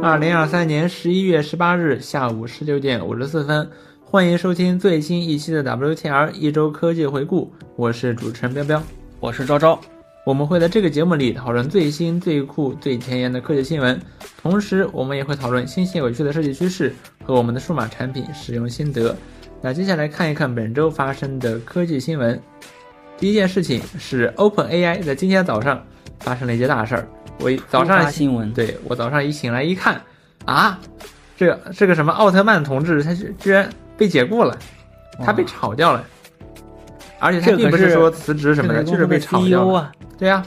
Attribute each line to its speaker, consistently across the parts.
Speaker 1: 二零二三年十一月十八日下午十九点五十四分，欢迎收听最新一期的 WTR 一周科技回顾，我是主持人彪彪。
Speaker 2: 我是昭昭。
Speaker 1: 我们会在这个节目里讨论最新、最酷、最前沿的科技新闻，同时我们也会讨论新鲜有趣的设计趋势和我们的数码产品使用心得。那接下来看一看本周发生的科技新闻。第一件事情是 OpenAI 在今天早上发生了一件大事儿。我一早上
Speaker 2: 突发新闻，
Speaker 1: 嗯对我早上一醒来一看，啊，这个这个什么奥特曼同志，他居居然被解雇了，他被
Speaker 2: 哇
Speaker 1: 炒掉了，而且他
Speaker 2: 这可
Speaker 1: 并不
Speaker 2: 是
Speaker 1: 说辞职什么的，就
Speaker 2: 这个
Speaker 1: 是
Speaker 2: 公司
Speaker 1: 被
Speaker 2: 的
Speaker 1: 炒掉
Speaker 2: CEO
Speaker 1: 了。
Speaker 2: 啊，
Speaker 1: 对呀、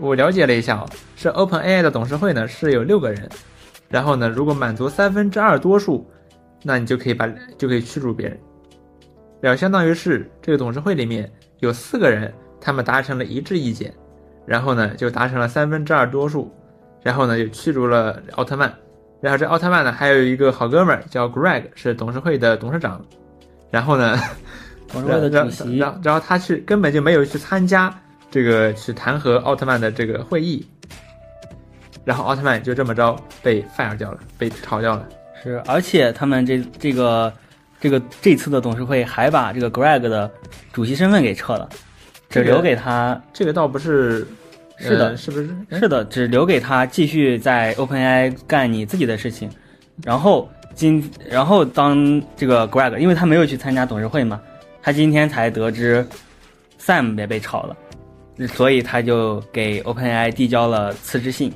Speaker 1: 我了解了一下哦，是 OpenAI 的董事会呢是有六个人，然后呢，如果满足三分之二多数，那你就可以把就可以驱逐别人，然后相当于是这个董事会里面有四个人，他们达成了一致意见，然后呢就达成了三分之二多数，然后呢就驱逐了奥特曼，然后这奥特曼呢还有一个好哥们儿叫 Greg，是董事会的董事长，然后呢。
Speaker 2: 董事
Speaker 1: 然
Speaker 2: 会的主
Speaker 1: 然
Speaker 2: 席
Speaker 1: 然后然后他去根本就没有去参加这个去弹劾奥特曼的这个会议，然后奥特曼就这么着被 fire 掉了，被炒掉了。
Speaker 2: 是，而且他们这这个这个这次的董事会还把这个 Greg 的主席身份给撤了，只
Speaker 1: 这个
Speaker 2: 留给他
Speaker 1: 这个倒不是，
Speaker 2: 是的
Speaker 1: 呃是不是？哎
Speaker 2: 是的，只留给他继续在 OpenAI 干你自己的事情。然后今，然后当这个 Greg，因为他没有去参加董事会嘛，他今天才得知 Sam 也被炒了，所以他就给 OpenAI 递交了辞职信，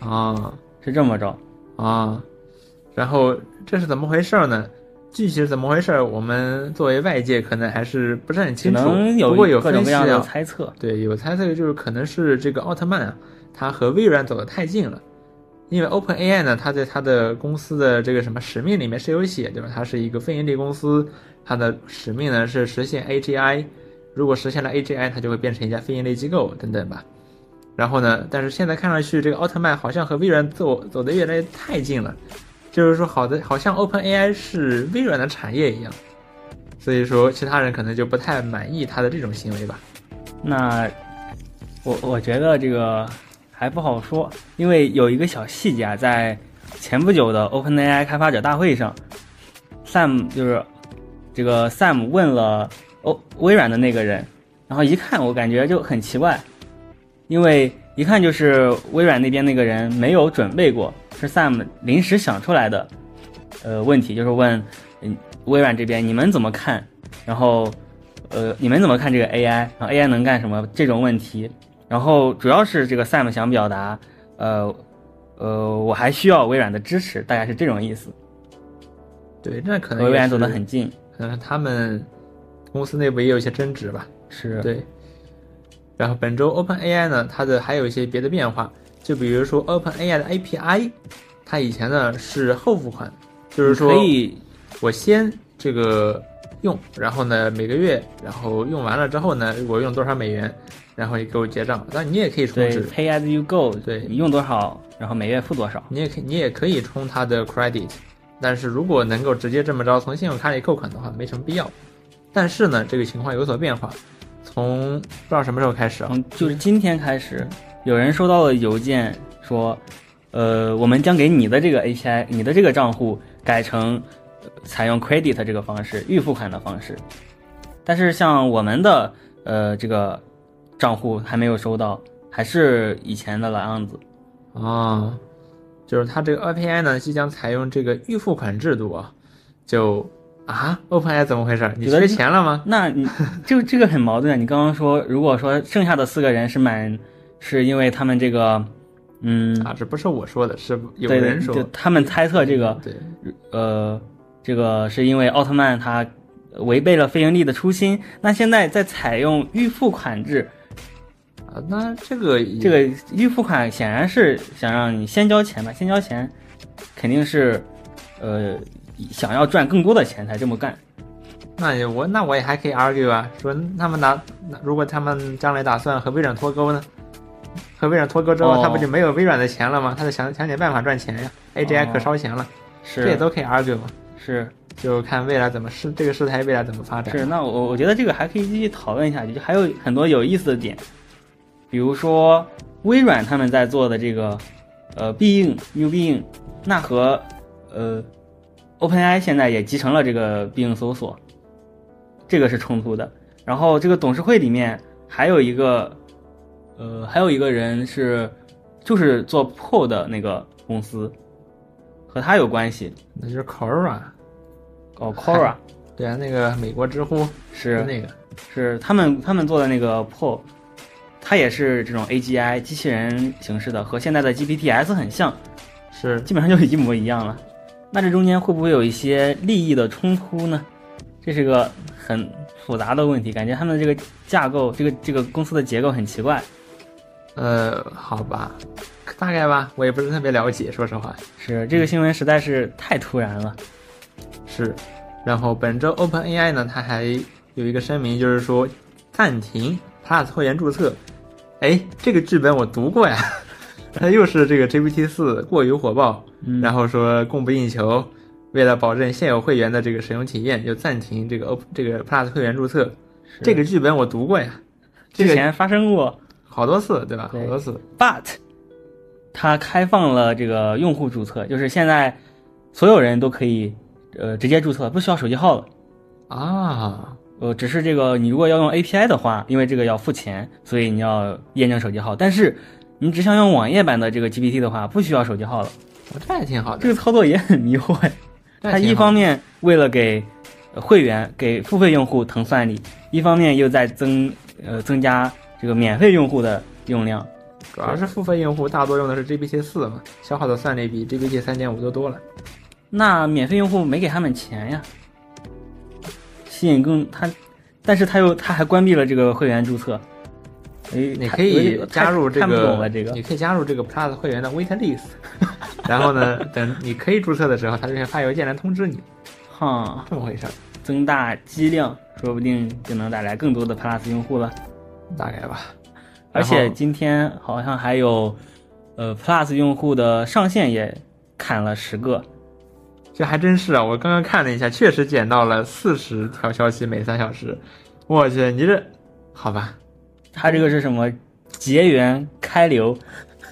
Speaker 1: 啊
Speaker 2: 是这么着。
Speaker 1: 啊，然后这是怎么回事儿呢？具体是怎么回事儿，我们作为外界可能还是不是很
Speaker 2: 只
Speaker 1: 清楚。
Speaker 2: 能
Speaker 1: 不过有
Speaker 2: 各种
Speaker 1: 分
Speaker 2: 各
Speaker 1: 析
Speaker 2: 样的
Speaker 1: 啊，
Speaker 2: 猜测。
Speaker 1: 对，有猜测就是可能是这个奥特曼啊，他和微软走得太近了，因为 Open AI 呢，它在它的公司的这个什么使命里面是有写，对吧？它是一个非盈利公司，它的使命呢是实现 AGI，如果实现了 AGI，它就会变成一家非盈利机构等等吧。然后呢，但是现在看上去这个奥特曼好像和微软走走得越来越太近了，就是说好的，好像 Open AI 是微软的产业一样，所以说其他人可能就不太满意他的这种行为吧。
Speaker 2: 那我我觉得这个还不好说，因为有一个小细节啊，在前不久的 OpenAI 开发者大会上，Sam 就是这个 Sam 问了哦微软的那个人，然后一看我感觉就很奇怪，因为一看就是微软那边那个人没有准备过，是 Sam 临时想出来的，呃问题就是问嗯微软这边你们怎么看，然后呃，你们怎么看这个 AI？然后 AI 能干什么这种问题？然后主要是这个 Sam 想表达，呃，呃，我还需要微软的支持，大概是这种意思。
Speaker 1: 对，那可
Speaker 2: 和
Speaker 1: 能
Speaker 2: 微
Speaker 1: 也
Speaker 2: 软
Speaker 1: 是
Speaker 2: 走得，很近，
Speaker 1: 可能是他们公司内部也有一些争执吧。
Speaker 2: 是
Speaker 1: 对。然后本周 OpenAI 呢，它的还有一些别的变化，就比如说 OpenAI 的 API，它以前呢是后付款，就是说
Speaker 2: 可以
Speaker 1: 我先这个用，然后呢每个月，然后用完了之后呢，我用多少美元，然后你给我结账，但你也可以充
Speaker 2: 对
Speaker 1: 值，
Speaker 2: pay as you go，
Speaker 1: 对
Speaker 2: 你用多少，然后每月付多少。
Speaker 1: 你也可以你也可以充它的 credit，但是如果能够直接这么着从信用卡里扣款的话，没什么必要。但是呢，这个情况有所变化，从不知道什么时候开始啊，
Speaker 2: 嗯，就是今天开始，有人收到了邮件说，呃，我们将给你的这个 API，你的这个账户改成呃采用 credit 这个方式，预付款的方式。但是像我们的呃这个账户还没有收到，还是以前的老样子。
Speaker 1: 啊，就是它这个 API 呢即将采用这个预付款制度啊，就啊，OpenAI 怎么回事？你
Speaker 2: 觉得
Speaker 1: 缺钱了吗？
Speaker 2: 那 你这个这个很矛盾啊。你刚刚说，如果说剩下的四个人是满，是因为他们这个，嗯，
Speaker 1: 啊，这不是我说的，是有
Speaker 2: 对
Speaker 1: 人说
Speaker 2: 就他们猜测这个。
Speaker 1: 对
Speaker 2: 呃，这个是因为奥特曼他违背了非盈利的初心。那现在在采用预付款制，
Speaker 1: 啊，那这个也
Speaker 2: 这个预付款显然是想让你先交钱吧，先交钱肯定是呃想要赚更多的钱才这么干。
Speaker 1: 那也我那我也还可以 argue 啊，说他们拿，那如果他们将来打算和微软脱钩呢？和微软脱钩之后，
Speaker 2: 哦
Speaker 1: 他不就没有微软的钱了吗？他就想想点办法赚钱呀。AGI
Speaker 2: 哦
Speaker 1: 可烧钱了，这也
Speaker 2: 是
Speaker 1: 都可以 argue 嘛。
Speaker 2: 是
Speaker 1: 就看未来怎么是这个事态未来怎么发展。
Speaker 2: 是，那我我觉得这个还可以继续讨论下去，就还有很多有意思的点，比如说微软他们在做的这个呃 Bing、New Bing，那和呃 OpenAI 现在也集成了这个 Bing 搜索，这个是冲突的。然后这个董事会里面还有一个，呃，还有一个人是就是做 PO 的那个公司，和他有关系。
Speaker 1: 那就是 Quora，
Speaker 2: 哦，Cora
Speaker 1: 对啊，那个美国知乎
Speaker 2: 是
Speaker 1: 那个，
Speaker 2: 是他们他们做的那个 PO，它也是这种 AGI 机器人形式的，和现在的 GPTs 很像，
Speaker 1: 是
Speaker 2: 基本上就一模一样了。那这中间会不会有一些利益的冲突呢？这是个很复杂的问题，感觉他们这个架构，这个这个公司的结构很奇怪。
Speaker 1: 呃，好吧，大概吧，我也不是特别了解，说实话
Speaker 2: 是这个新闻实在是太突然了。
Speaker 1: 是。然后本周 OpenAI 呢，它还有一个声明，就是说暂停 Plus 会员注册。哎，这个剧本我读过呀， 它又是这个 GPT 四过于火爆，
Speaker 2: 嗯
Speaker 1: 然后说供不应求，为了保证现有会员的这个使用体验，就暂停这个 O 这个 Plus 会员注册。这个剧本我读过呀，这
Speaker 2: 之
Speaker 1: 个
Speaker 2: 前发生过
Speaker 1: 好多次对吧？
Speaker 2: 对
Speaker 1: 好多次
Speaker 2: ，but 它开放了这个用户注册，就是现在所有人都可以呃直接注册，不需要手机号了。
Speaker 1: 啊，
Speaker 2: 呃，只是这个你如果要用 API 的话，因为这个要付钱，所以你要验证手机号。但是你只想用网页版的这个 GPT 的话，不需要手机号了。
Speaker 1: 我这也挺好
Speaker 2: 这
Speaker 1: 的。
Speaker 2: 个操作也很迷惑。
Speaker 1: 这
Speaker 2: 它
Speaker 1: 挺
Speaker 2: 一
Speaker 1: 好
Speaker 2: 方面为了给呃会员、给付费用户腾算力，一方面又在增呃增加这个免费用户的用量。
Speaker 1: 主要是付费用户大多用的是 GPT 四嘛，消耗的算力比 GPT 三点五多多了。
Speaker 2: 那免费用户没给他们钱呀，吸引更他，但是他又他还关闭了这个会员注册。哎，
Speaker 1: 你
Speaker 2: 太
Speaker 1: 可
Speaker 2: 有
Speaker 1: 以
Speaker 2: 点
Speaker 1: 加入
Speaker 2: 太
Speaker 1: 这
Speaker 2: 看不懂
Speaker 1: 个，
Speaker 2: 了这个。
Speaker 1: 你可以加入这个 Plus 会员的 wait list，然后呢，等你可以注册的时候，它就会发邮件来通知你，
Speaker 2: 哈，
Speaker 1: 这么回事儿，
Speaker 2: 增大机量，说不定就能带来更多的 Plus 用户了。
Speaker 1: 大概吧。
Speaker 2: 而
Speaker 1: 然后
Speaker 2: 且今天好像还有，呃，Plus 用户的上限也砍了十个，
Speaker 1: 这还真是啊！我刚刚看了一下，确实捡到了四十条消息每三小时。我去，你这好吧，
Speaker 2: 它这个是什么？结缘开流，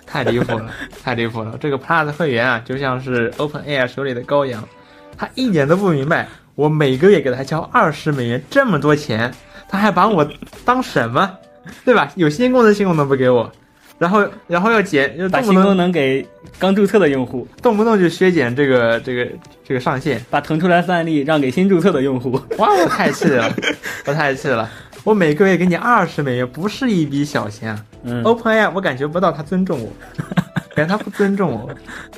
Speaker 1: 太离谱 了，太离谱了！这个 Plus 会员啊，就像是 OpenAI 手里的羔羊，他一点都不明白，我每个月给他交二十美元这么多钱，他还把我当什么，对吧？有新功能新功能不给我，然后然后要减，就
Speaker 2: 把
Speaker 1: 动不
Speaker 2: 新
Speaker 1: 动
Speaker 2: 功能给刚注册的用户，
Speaker 1: 动不动就削减这个这个这个上限。
Speaker 2: 把腾出来算力让给新注册的用户。
Speaker 1: 哇，我太气 了，我太气了！我每个月给你二十美元，不是一笔小钱啊。
Speaker 2: 嗯，
Speaker 1: OpenAI，我感觉不到他尊重我，感觉他不尊重我，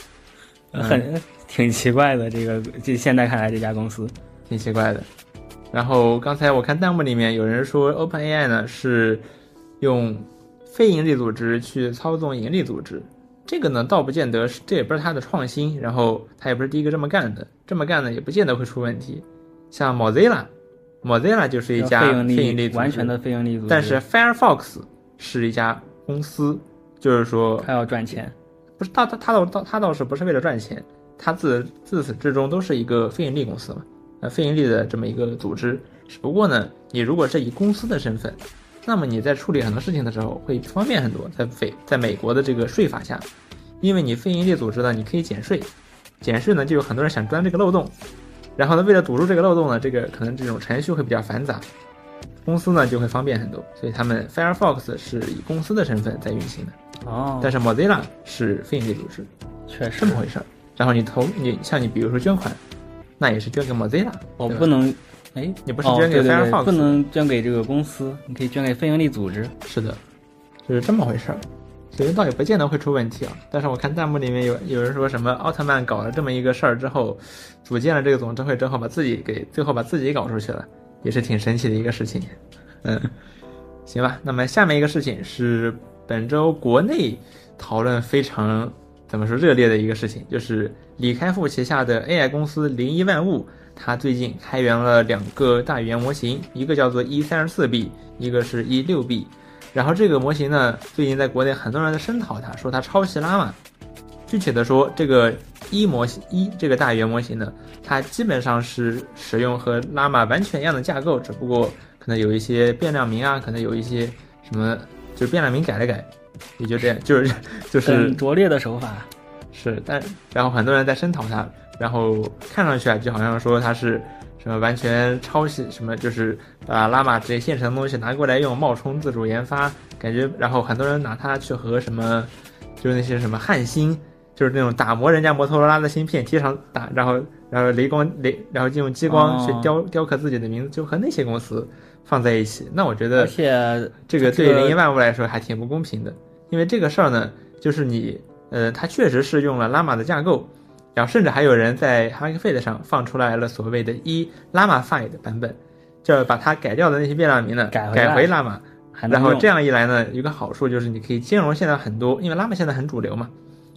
Speaker 2: 呃很
Speaker 1: 嗯
Speaker 2: 挺奇怪的，这个这现在看来这家公司，
Speaker 1: 挺奇怪的。然后刚才我看弹幕里面有人说 OpenAI 呢是用非盈利组织去操纵盈利组织，这个呢倒不见得是，这也不是他的创新，然后他也不是第一个这么干的，这么干呢也不见得会出问题。像 Mozilla，Mozilla 就是一家非
Speaker 2: 非
Speaker 1: 盈
Speaker 2: 盈
Speaker 1: 利组织，
Speaker 2: 完全的非盈利组织，
Speaker 1: 但是 Firefox 是一家公司，就是说，
Speaker 2: 它要赚钱。
Speaker 1: 不是他他他倒倒他倒是不是为了赚钱，他自自始至终都是一个非盈利公司嘛，呃，非盈利的这么一个组织。只不过呢，你如果是以公司的身份，那么你在处理很多事情的时候会方便很多，在美在美国的这个税法下，因为你非盈利组织呢，你可以减税，减税呢就有很多人想钻这个漏洞，然后呢，为了堵住这个漏洞呢，这个可能这种程序会比较繁杂，公司呢就会方便很多，所以他们 Firefox 是以公司的身份在运行的，
Speaker 2: 哦，
Speaker 1: 但是 Mozilla 是非营利组织，
Speaker 2: 确
Speaker 1: 这
Speaker 2: 实
Speaker 1: 么，回事儿。然后你投你像你比如说捐款，那也是捐给 Mozilla，
Speaker 2: 我
Speaker 1: 对吧
Speaker 2: 哦不能，哎，
Speaker 1: 你不是捐给
Speaker 2: 哦对对对
Speaker 1: Firefox
Speaker 2: 不能捐给这个公司，你可以捐给非营利组织。
Speaker 1: 是的，就是这么回事儿。其实倒也不见得会出问题啊，但是我看弹幕里面有有人说什么奥特曼搞了这么一个事儿之后，组建了这个总执会之后，把自己给最后把自己搞出去了，也是挺神奇的一个事情。嗯，行吧，那么下面一个事情是本周国内讨论非常怎么说热烈的一个事情，就是李开复旗下的 AI 公司零一万物，它最近开源了两个大语言模型，一个叫做 E 三十四 B，一个是 E 六 B。然后这个模型呢，最近在国内很多人在声讨它，说它抄袭拉玛。具体的说，这个一模型一这个大语言模型呢，它基本上是使用和拉玛完全一样的架构，只不过可能有一些变量名啊，可能有一些什么，就是变量名改了改。也就这样，就是就是
Speaker 2: 很拙劣的手法。
Speaker 1: 是，但然后很多人在声讨他，然后看上去啊，就好像说他是什么完全抄袭，什么就是把拉玛直接现成的东西拿过来用，冒充自主研发，感觉，然后很多人拿它去和什么，就是那些什么汉芯，就是那种打磨人家摩托罗拉的芯片贴上打，然后然后雷光雷，然后就用激光去
Speaker 2: 哦
Speaker 1: 雕、雕刻自己的名字，就和那些公司放在一起，那我觉
Speaker 2: 而
Speaker 1: 得
Speaker 2: 且
Speaker 1: 这个
Speaker 2: 这
Speaker 1: 对
Speaker 2: 个
Speaker 1: 林一万物来说还挺不公平的，因为这个事儿呢，就是你，呃，它确实是用了拉玛的架构，然后甚至还有人在 HackFed 上放出来了所谓的一拉玛 f i 的版本，就是把它改掉的那些变量名呢
Speaker 2: 改回来
Speaker 1: 改回拉玛，
Speaker 2: 还能
Speaker 1: 然后
Speaker 2: 用
Speaker 1: 这样一来呢，有一个好处就是你可以兼容现在很多，因为拉玛现在很主流嘛，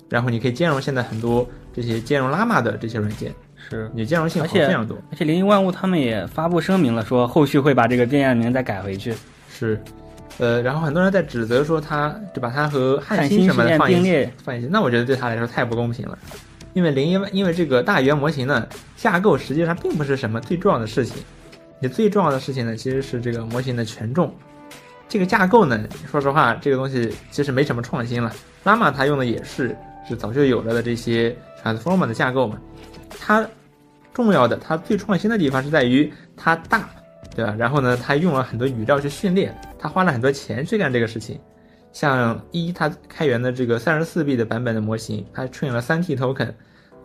Speaker 1: 然后你可以兼容现在很多这些兼容拉玛的这些软件，
Speaker 2: 是，
Speaker 1: 你兼容性
Speaker 2: 而
Speaker 1: 好
Speaker 2: 且
Speaker 1: 非常多。
Speaker 2: 而且灵异万物他们也发布声明了，说后续会把这个变样名再改回去。
Speaker 1: 是，呃，然后很多人在指责说他就把他和汉
Speaker 2: 汉
Speaker 1: 芯
Speaker 2: 芯
Speaker 1: 什么的
Speaker 2: 事件
Speaker 1: 放一
Speaker 2: 并
Speaker 1: 起
Speaker 2: 列，
Speaker 1: 放一起，那我觉得对他来说太不公平了，因为零一万，因为这个大语言模型呢，架构实际上并不是什么最重要的事情，你最重要的事情呢，其实是这个模型的权重。这个架构呢，说实话，这个东西其实没什么创新了。拉玛它用的也是是早就有了的这些 transformer 的架构嘛。它重要的，它最创新的地方是在于它大，对吧？然后呢，它用了很多语料去训练，它花了很多钱去干这个事情。像一，它开源的这个三十四 B 的版本的模型，它 train 了三 T token，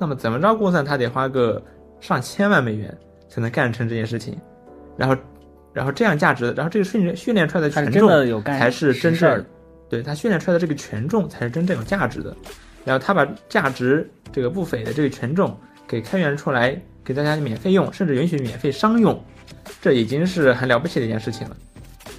Speaker 1: 那么怎么着估算它得花个上千万美元才能干成这件事情，然后，然后这样价值，然后这个训练训练出来的
Speaker 2: 他是
Speaker 1: 权
Speaker 2: 真
Speaker 1: 重
Speaker 2: 的有干
Speaker 1: 才是真
Speaker 2: 实事儿
Speaker 1: 正，对他训练出来的这个权重才是真正有价值的。然后他把价值这个不菲的这个权重给开源出来，给大家免费用，甚至允许免费商用，这已经是很了不起的一件事情了。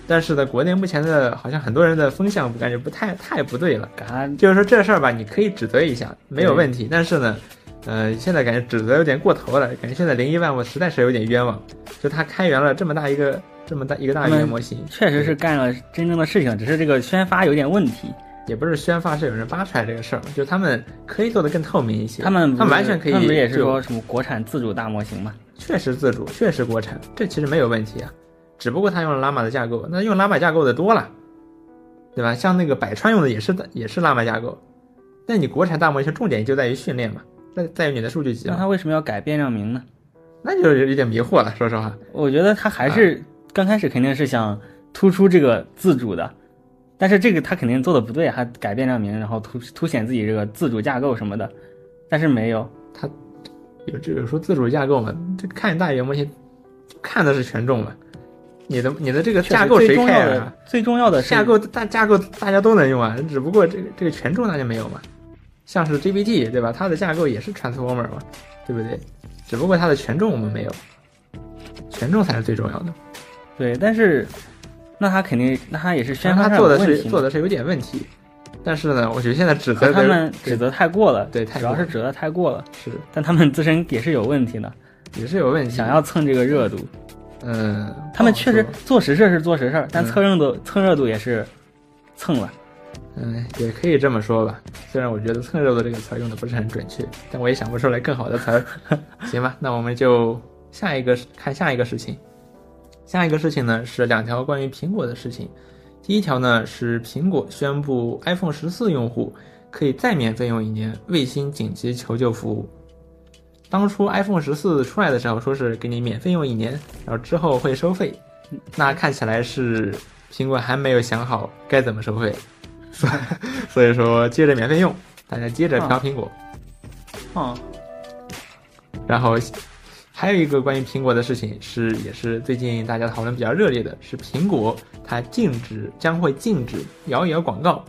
Speaker 1: 但是呢，国内目前的好像很多人的风向，我感觉不太太不对了。
Speaker 2: 给他
Speaker 1: 就是说这事儿吧，你可以指责一下，没有
Speaker 2: 对
Speaker 1: 问题。但是呢，呃，现在感觉指责有点过头了，感觉现在零一万我实在是有点冤枉。就他开源了这么大一个这么大一个
Speaker 2: 嗯
Speaker 1: 大语言模型，
Speaker 2: 确实是干了真正的事情，只是这个宣发有点问题。
Speaker 1: 也不是宣发，是有人扒出来这个事儿嘛，就他们可以做得更透明一些，
Speaker 2: 他们
Speaker 1: 他
Speaker 2: 不
Speaker 1: 们
Speaker 2: 是
Speaker 1: 完全可以，
Speaker 2: 他们不是也是说什么国产自主大模型嘛？
Speaker 1: 确实自主，确实国产，这其实没有问题啊，只不过他用了拉玛的架构，那用拉玛架构的多了，对吧？像那个百川用的也是也是拉玛架构，那你国产大模型重点就在于训练嘛，那在于你的数据集
Speaker 2: 那
Speaker 1: 嘛，
Speaker 2: 他为什么要改变量名呢？
Speaker 1: 那就是有点迷惑了，说实话，
Speaker 2: 我觉得他还是
Speaker 1: 啊
Speaker 2: 刚开始肯定是想突出这个自主的，但是这个他肯定做的不对，还改变量名，然后凸凸显自己这个自主架构什么的，但是没有，
Speaker 1: 有这有说自主架构嘛，就看大语言模型，看的是权重嘛，你的你的这个架构
Speaker 2: 确
Speaker 1: 谁
Speaker 2: 实最重
Speaker 1: care
Speaker 2: 要
Speaker 1: 啊？
Speaker 2: 的最重要的是
Speaker 1: 架构大架构大家都能用啊，只不过这个这个权重大家没有嘛。像是 GPT 对吧？它的架构也是 transformer 嘛，对不对？只不过它的权重我们没有，权重才是最重要的。
Speaker 2: 对，但是那他肯定那他也是宣
Speaker 1: 然
Speaker 2: 发
Speaker 1: 后它
Speaker 2: 上有
Speaker 1: 做的
Speaker 2: 问
Speaker 1: 是
Speaker 2: 题嘛
Speaker 1: 做的是有点问题，但是呢，我觉得现在指责
Speaker 2: 和他
Speaker 1: 的
Speaker 2: 们
Speaker 1: 对
Speaker 2: 指责太过了，
Speaker 1: 对太
Speaker 2: 主要
Speaker 1: 过
Speaker 2: 是
Speaker 1: 了
Speaker 2: 指责太过了，
Speaker 1: 是
Speaker 2: 但他们自身也是有问题的，
Speaker 1: 也是有问题。
Speaker 2: 想要蹭这个热度，
Speaker 1: 哦嗯，
Speaker 2: 他们
Speaker 1: 不好
Speaker 2: 确实
Speaker 1: 说
Speaker 2: 做实事是做实事，但
Speaker 1: 嗯
Speaker 2: 蹭热度蹭热度也是蹭了。
Speaker 1: 嗯也可以这么说吧。虽然我觉得“蹭热度”这个词儿用的不是很准确，但我也想不出来更好的词儿。行吧，那我们就下一个看下一个事情。下一个事情呢是两条关于苹果的事情。第一条呢是苹果宣布 iPhone 十四用户可以再免费用一年卫星紧急求救服务。当初 iPhone 十四出来的时候，说是给你免费用一年，然后之后会收费。那看起来是苹果还没有想好该怎么收费，所以所以说接着免费用，大家接着嫖苹果。
Speaker 2: 哦，
Speaker 1: 然后还有一个关于苹果的事情是，也是最近大家讨论比较热烈的，是苹果它禁止将会禁止摇一摇广告。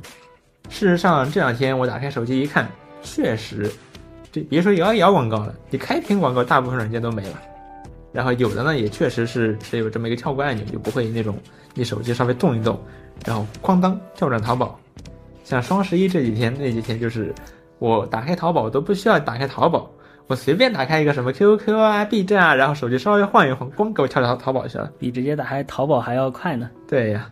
Speaker 1: 事实上，这两天我打开手机一看，确实，这别说摇一摇广告了，你开屏广告大部分软件都没了。然后有的呢，也确实是只有这么一个跳过按钮，就不会那种你手机稍微动一动，然后哐当跳转淘宝。像双十一这几天，那几天就是我打开淘宝都不需要打开淘宝，我随便打开一个什么 QQ 啊、B 站啊，然后手机稍微晃一晃，咣给我跳到淘宝去了。
Speaker 2: 比直接打开淘宝还要快呢。
Speaker 1: 对呀，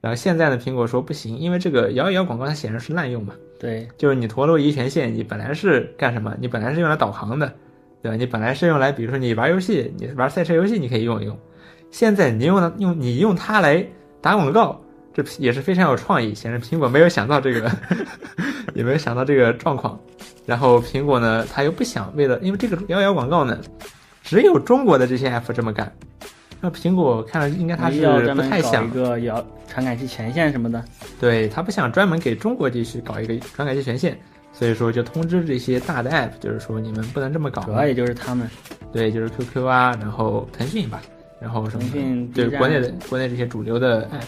Speaker 1: 然后现在呢，苹果说不行，因为这个摇一摇广告它显然是滥用嘛，
Speaker 2: 对，
Speaker 1: 就是你陀螺仪权限，你本来是干什么？你本来是用来导航的，对吧？你本来是用来，比如说你玩游戏，你玩赛车游戏，你可以用一用。现在你用它用你用它来打广告，这也是非常有创意，显然苹果没有想到这个， 也没有想到这个状况。然后苹果呢，他又不想为了，因为这个摇摇广告呢，只有中国的这些 app 这么干。那苹果看来应该他是
Speaker 2: 要专
Speaker 1: 不
Speaker 2: 门
Speaker 1: 太
Speaker 2: 搞
Speaker 1: 想
Speaker 2: 一个遥传感器权限什么的。
Speaker 1: 对他不想专门给中国地区搞一个传感器权限，所以说就通知这些大的 app，就是说你们不能这么搞。
Speaker 2: 主要也就是他们，
Speaker 1: 对，就是 QQ 啊，然后腾讯吧，然后什么
Speaker 2: 腾讯 B
Speaker 1: 对
Speaker 2: 站
Speaker 1: 国内的国内这些主流的 app，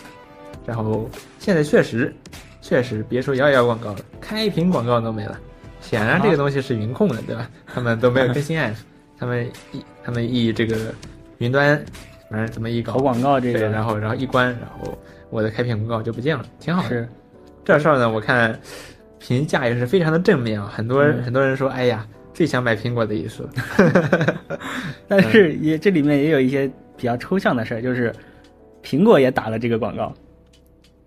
Speaker 1: 然后现在确实确实别说摇一摇广告了，开屏广告都没了，显然这个东西是云控的， 对吧？他们都没有更新 app，他们一他们一这个云端反正这么一搞
Speaker 2: 投，广告这
Speaker 1: 对，
Speaker 2: 个
Speaker 1: 然后然后一关，然后我的开屏广告就不见了，挺好的。
Speaker 2: 是
Speaker 1: 这事儿呢，我看评价也是非常的正面啊，很多人、
Speaker 2: 嗯
Speaker 1: 很多人说，哎呀，最想买苹果的意思。
Speaker 2: 但是也这里面也有一些比较抽象的事儿，就是苹果也打了这个广告。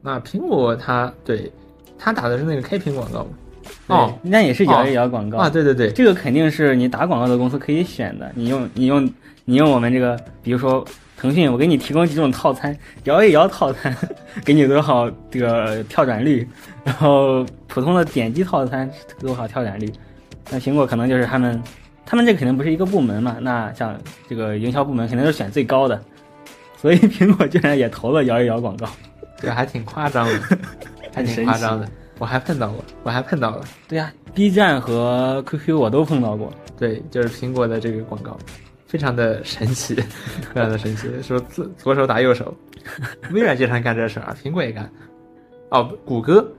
Speaker 1: 那苹果它对它打的是那个开屏广告嘛？哦
Speaker 2: 对，那也是摇一摇广告
Speaker 1: 啊，。对对对，
Speaker 2: 这个肯定是你打广告的公司可以选的，你用你用你用我们这个，比如说腾讯，我给你提供几种套餐，摇一摇套餐， 给你多少这个跳转率，然后普通的点击套餐是多少跳转率。那苹果可能就是他们，他们这肯定不是一个部门嘛，那像这个营销部门肯定是选最高的，所以苹果居然也投了摇一摇广告。
Speaker 1: 这还挺夸张 的，还挺夸张的。我还碰到过，我还碰到了，
Speaker 2: 对呀、b 站和 QQ 我都碰到过，
Speaker 1: 对，就是苹果的这个广告，非常的神奇， 非常的神奇，说左左手打右手，微软经常干这事儿啊，苹果也干。哦，谷歌，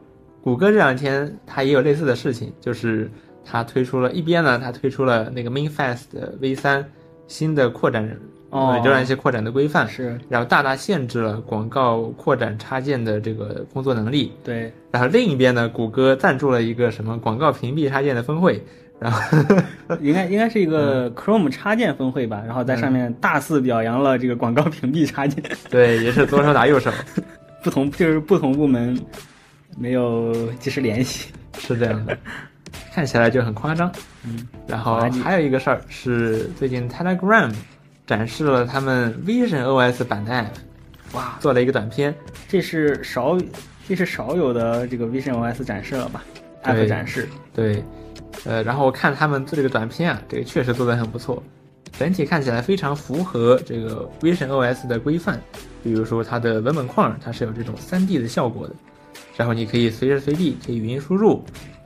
Speaker 1: 谷歌这两天它也有类似的事情，就是它推出了一边呢，它推出了那个 MinFast 的 V 3新的扩展，
Speaker 2: 哦
Speaker 1: 呃浏览器扩展的规范，
Speaker 2: 是
Speaker 1: 然后大大限制了广告扩展插件的这个工作能力。
Speaker 2: 对，
Speaker 1: 然后另一边呢，谷歌赞助了一个什么广告屏蔽插件的峰会，然后
Speaker 2: 应该应该是一
Speaker 1: 嗯
Speaker 2: 个 Chrome 插件峰会吧，然后在上面大肆表扬了这个广告屏蔽插件，
Speaker 1: 对，也是左手打右 手，
Speaker 2: 不同就是不同部门没有及时联系。
Speaker 1: 是这样的，看起来就很夸张。
Speaker 2: 嗯，
Speaker 1: 然后
Speaker 2: 滑稽
Speaker 1: 还有一个事儿是，最近 Telegram 展示了他们 Vision OS 版的 app，
Speaker 2: 哇，
Speaker 1: 做了一个短片，
Speaker 2: 这是少这是少有的这个 Vision OS 展示了吧
Speaker 1: 对
Speaker 2: ？App 展示，
Speaker 1: 对，呃，然后我看他们做这个短片啊，这个确实做得很不错，整体看起来非常符合这个 Vision OS 的规范，比如说它的文本框它是有这种 3D 的效果的，然后你可以随时随地可以语音输入，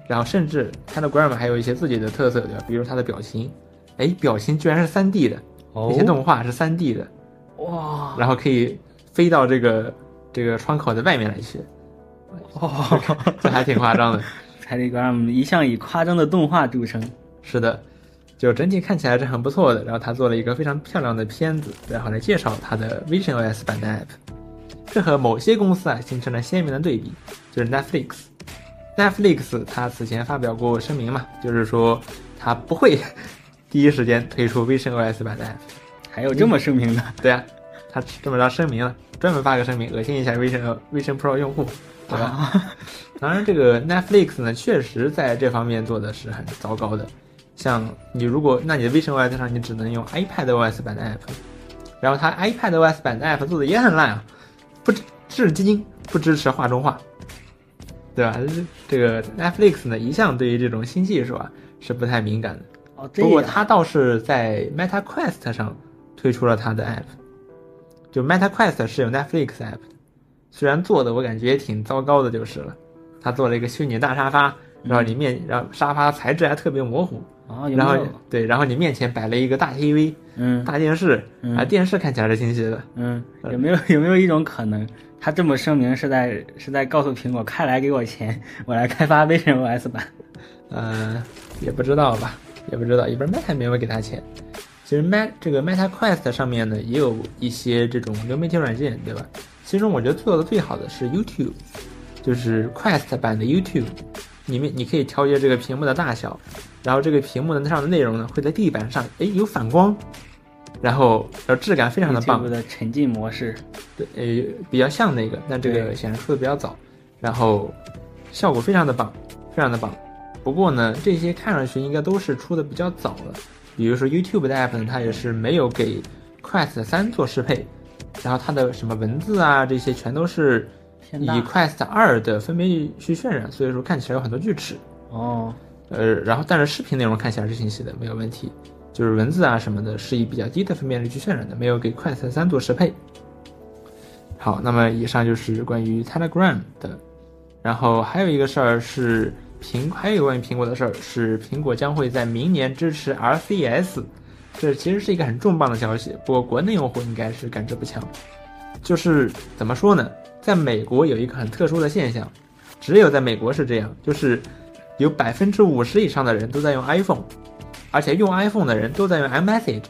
Speaker 1: 然后甚至 Telegram 还有一些自己的特色对吧？比如它的表情，哎，表情居然是 3D 的，那
Speaker 2: 哦
Speaker 1: 些动画是 3D 的，
Speaker 2: 哇
Speaker 1: 然后可以飞到这个这个窗口的外面来去，
Speaker 2: 哦
Speaker 1: 这还挺夸张的。
Speaker 2: ，Telegram 一向以夸张的动画著称，
Speaker 1: 是的，就整体看起来是很不错的。然后他做了一个非常漂亮的片子，然后来介绍他的 Vision OS 版的 app。这和某些公司啊形成了鲜明的对比，就是 Netflix。Netflix 它此前发表过声明嘛，就是说它不会 第一时间推出 Vision OS 版的 app。
Speaker 2: 还有这么声明的，
Speaker 1: 对啊，它这么着声明了，专门发个声明恶心一下 Vision Vision Pro 用户，对吧？当然，这个 Netflix 呢，确实在这方面做的是很糟糕的。像你如果，那你的 Vision OS 上你只能用 iPadOS 版的 app，然后它 iPadOS 版的 app 做的也很烂啊，不支至今不支持画中画，对吧？这个 Netflix 呢，一向对于这种新技术啊是不太敏感的。
Speaker 2: 哦，这
Speaker 1: 不过
Speaker 2: 样
Speaker 1: 它倒是在 Meta Quest 上推出了它的 app，就 Meta Quest 是有 Netflix app 的，虽然做的我感觉也挺糟糕的，就是了。它做了一个虚拟大沙发，然后你面，然后沙发材质还特别模糊，
Speaker 2: 嗯哦，有
Speaker 1: 然
Speaker 2: 没
Speaker 1: 后
Speaker 2: 有？
Speaker 1: 对，然后你面前摆了一个大 TV、
Speaker 2: 嗯
Speaker 1: 大电视，
Speaker 2: 嗯
Speaker 1: 啊，电视看起来是清晰的，
Speaker 2: 嗯，有没有有没有一种可能，他这么声明是在是在告诉苹果，快来给我钱，我来开发 Vision OS 版。
Speaker 1: 嗯，也不知道吧，也不知道，也不知道 Meta 有没有给他钱。其实 Met 这个 Meta Quest 上面呢，也有一些这种流媒体软件，对吧？其中我觉得做的最好的是 YouTube，就是 Quest 版的 YouTube，里面你可以调节这个屏幕的大小，然后这个屏幕上的内容呢会在地板上，哎，有反光，然后呃质感非常的棒
Speaker 2: YouTube，的沉浸模式，
Speaker 1: 对，呃，比较像那个，但这个
Speaker 2: 对
Speaker 1: 显然出的比较早，然后效果非常的棒，非常的棒。不过呢，这些看上去应该都是出的比较早了，比如说 YouTube 的 app 呢，它也是没有给 Quest 三做适配，然后它的什么文字啊这些全都是
Speaker 2: 偏
Speaker 1: 以
Speaker 2: 大
Speaker 1: Quest 二的分辨率去渲染，所以说看起来有很多锯齿。
Speaker 2: 哦，
Speaker 1: 呃，然后但是视频内容看起来是清晰的，没有问题。就是文字啊什么的，是以比较低的分辨率去渲染的，没有给快餐三做适配。好，那么以上就是关于 Telegram 的，然后还有一个事儿是苹，还有一个关于苹果的事儿是苹果将会在明年支持 RCS，这其实是一个很重磅的消息，不过国内用户应该是感知不强。就是怎么说呢，在美国有一个很特殊的现象，只有在美国是这样，就是有百分之五十以上的人都在用 iPhone，而且用 iPhone 的人都在用 iMessage，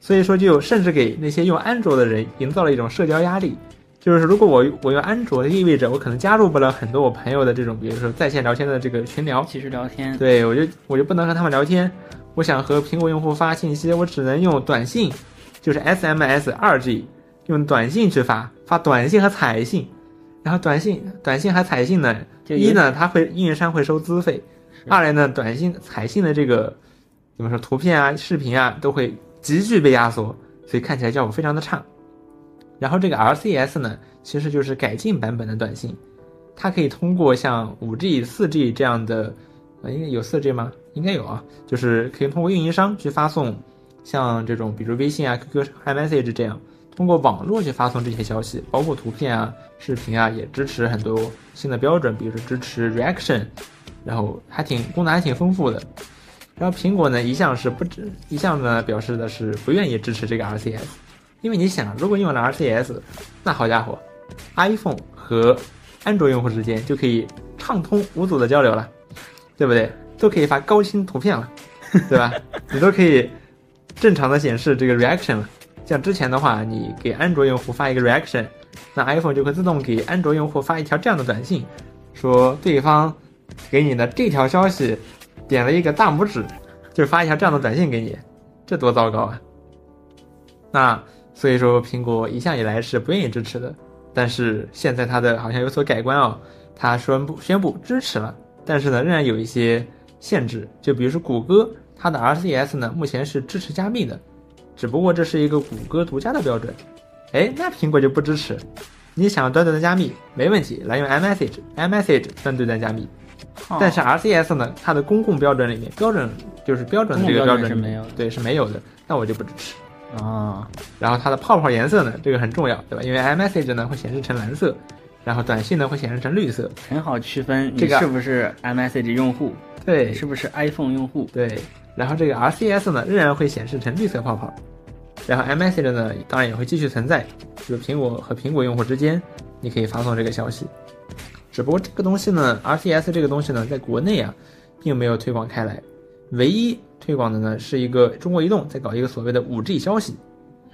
Speaker 1: 所以说就甚至给那些用安卓的人营造了一种社交压力。就是如果我我用安卓，意味着我可能加入不了很多我朋友的这种，比如说在线聊天的这个群聊，
Speaker 2: 其实聊天，
Speaker 1: 对我就我就不能和他们聊天。我想和苹果用户发信息，我只能用短信，就是 SMS 二 G，用短信去发，发短信和彩信，然后短信短信和彩信呢，
Speaker 2: 就
Speaker 1: 一
Speaker 2: 有
Speaker 1: 呢它会运营商会收资费，
Speaker 2: 是
Speaker 1: 二来呢短信彩信的这个怎么说图片啊、视频啊都会急剧被压缩，所以看起来效果非常的差。然后这个 RCS 呢，其实就是改进版本的短信，它可以通过像 5G、4G 这样的，呃，应该有 4G 吗？应该有啊，就是可以通过运营商去发送，像这种比如微信啊、QQ、iMessage 这样，通过网络去发送这些消息，包括图片啊、视频啊，也支持很多新的标准，比如说支持 Reaction，然后还挺功能还挺丰富的。然后苹果呢，一向是不支，一向呢表示的是不愿意支持这个 RCS，因为你想，如果用了 RCS，那好家伙，iPhone 和安卓用户之间就可以畅通无阻的交流了，对不对？都可以发高清图片了，对吧？ 你都可以正常的显示这个 reaction 了。像之前的话，你给安卓用户发一个 reaction，那 iPhone 就会自动给安卓用户发一条这样的短信，说对方给你的这条消息点了一个大拇指，就发一条这样的短信给你，这多糟糕啊！那所以说，苹果一向以来是不愿意支持的，但是现在它的好像有所改观哦，它宣布宣布支持了，但是呢，仍然有一些限制，就比如说谷歌，它的 RCS 呢目前是支持加密的，只不过这是一个谷歌独家的标准，哎，那苹果就不支持。你想端对端加密没问题，来用 iMessage，iMessage 端对端加密，
Speaker 2: 哦
Speaker 1: 但是 RCS 呢，它的公共标准里面，标准就是标准的这个标准里
Speaker 2: 公共标准是没有的
Speaker 1: 对是没有的，那我就不支持。
Speaker 2: 啊，
Speaker 1: 然后它的泡泡颜色呢，这个很重要，对吧？因为 iMessage 呢会显示成蓝色，然后短信呢会显示成绿色。
Speaker 2: 很好区分
Speaker 1: 这
Speaker 2: 你
Speaker 1: 个
Speaker 2: 是不是 iMessage 用户，
Speaker 1: 对
Speaker 2: 是不是 iPhone 用户，
Speaker 1: 对，然后这个 RCS 呢仍然会显示成绿色泡泡，然后 iMessage 呢当然也会继续存在，就是苹果和苹果用户之间，你可以发送这个消息。只不过这个东西呢，RCS 这个东西呢，在国内啊，并没有推广开来，唯一推广的呢是一个中国移动在搞一个所谓的 5G 消息，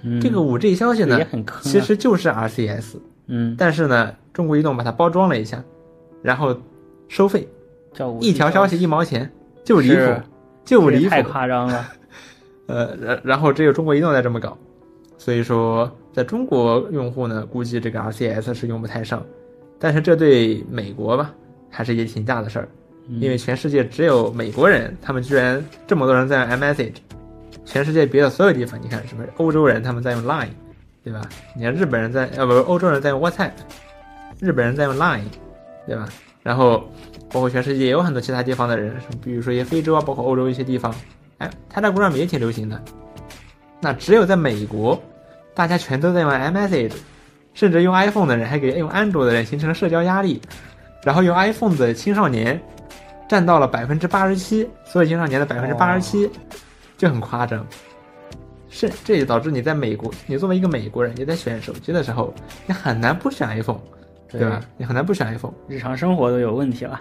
Speaker 2: 嗯
Speaker 1: 这个 5G 消息呢
Speaker 2: 也很坑啊
Speaker 1: 其实就是 RCS，
Speaker 2: 嗯
Speaker 1: 但是呢，中国移动把它包装了一下，然后收费，
Speaker 2: 叫5G
Speaker 1: 一条消息一毛钱，就离谱
Speaker 2: 是，
Speaker 1: 就离
Speaker 2: 这
Speaker 1: 谱，
Speaker 2: 也太夸 张了，
Speaker 1: 呃，然然后只有中国移动在这么搞，所以说在中国用户呢，估计这个 RCS 是用不太上，但是这对美国吧，还是一件挺大的事儿，
Speaker 2: 嗯
Speaker 1: 因为全世界只有美国人，他们居然这么多人在用 iMessage，全世界别的所有地方，你看什么欧洲人他们在用 Line，对吧？你看日本人在呃不，欧洲人在用 WhatsApp，日本人在用 Line，对吧？然后包括全世界也有很多其他地方的人，什么比如说一些非洲啊，包括欧洲一些地方，哎，Telegram 也挺流行的。那只有在美国，大家全都在用 iMessage，甚至用 iPhone 的人还给用安卓的人形成了社交压力，然后用 iPhone 的青少年占到了百分之八十七，所有青少年的百分之八十七，就很夸张。是，这也导致你在美国，你作为一个美国人，你在选手机的时候，你很难不选 iPhone，对吧？你很难不选 iPhone。
Speaker 2: 日常生活都有问题了，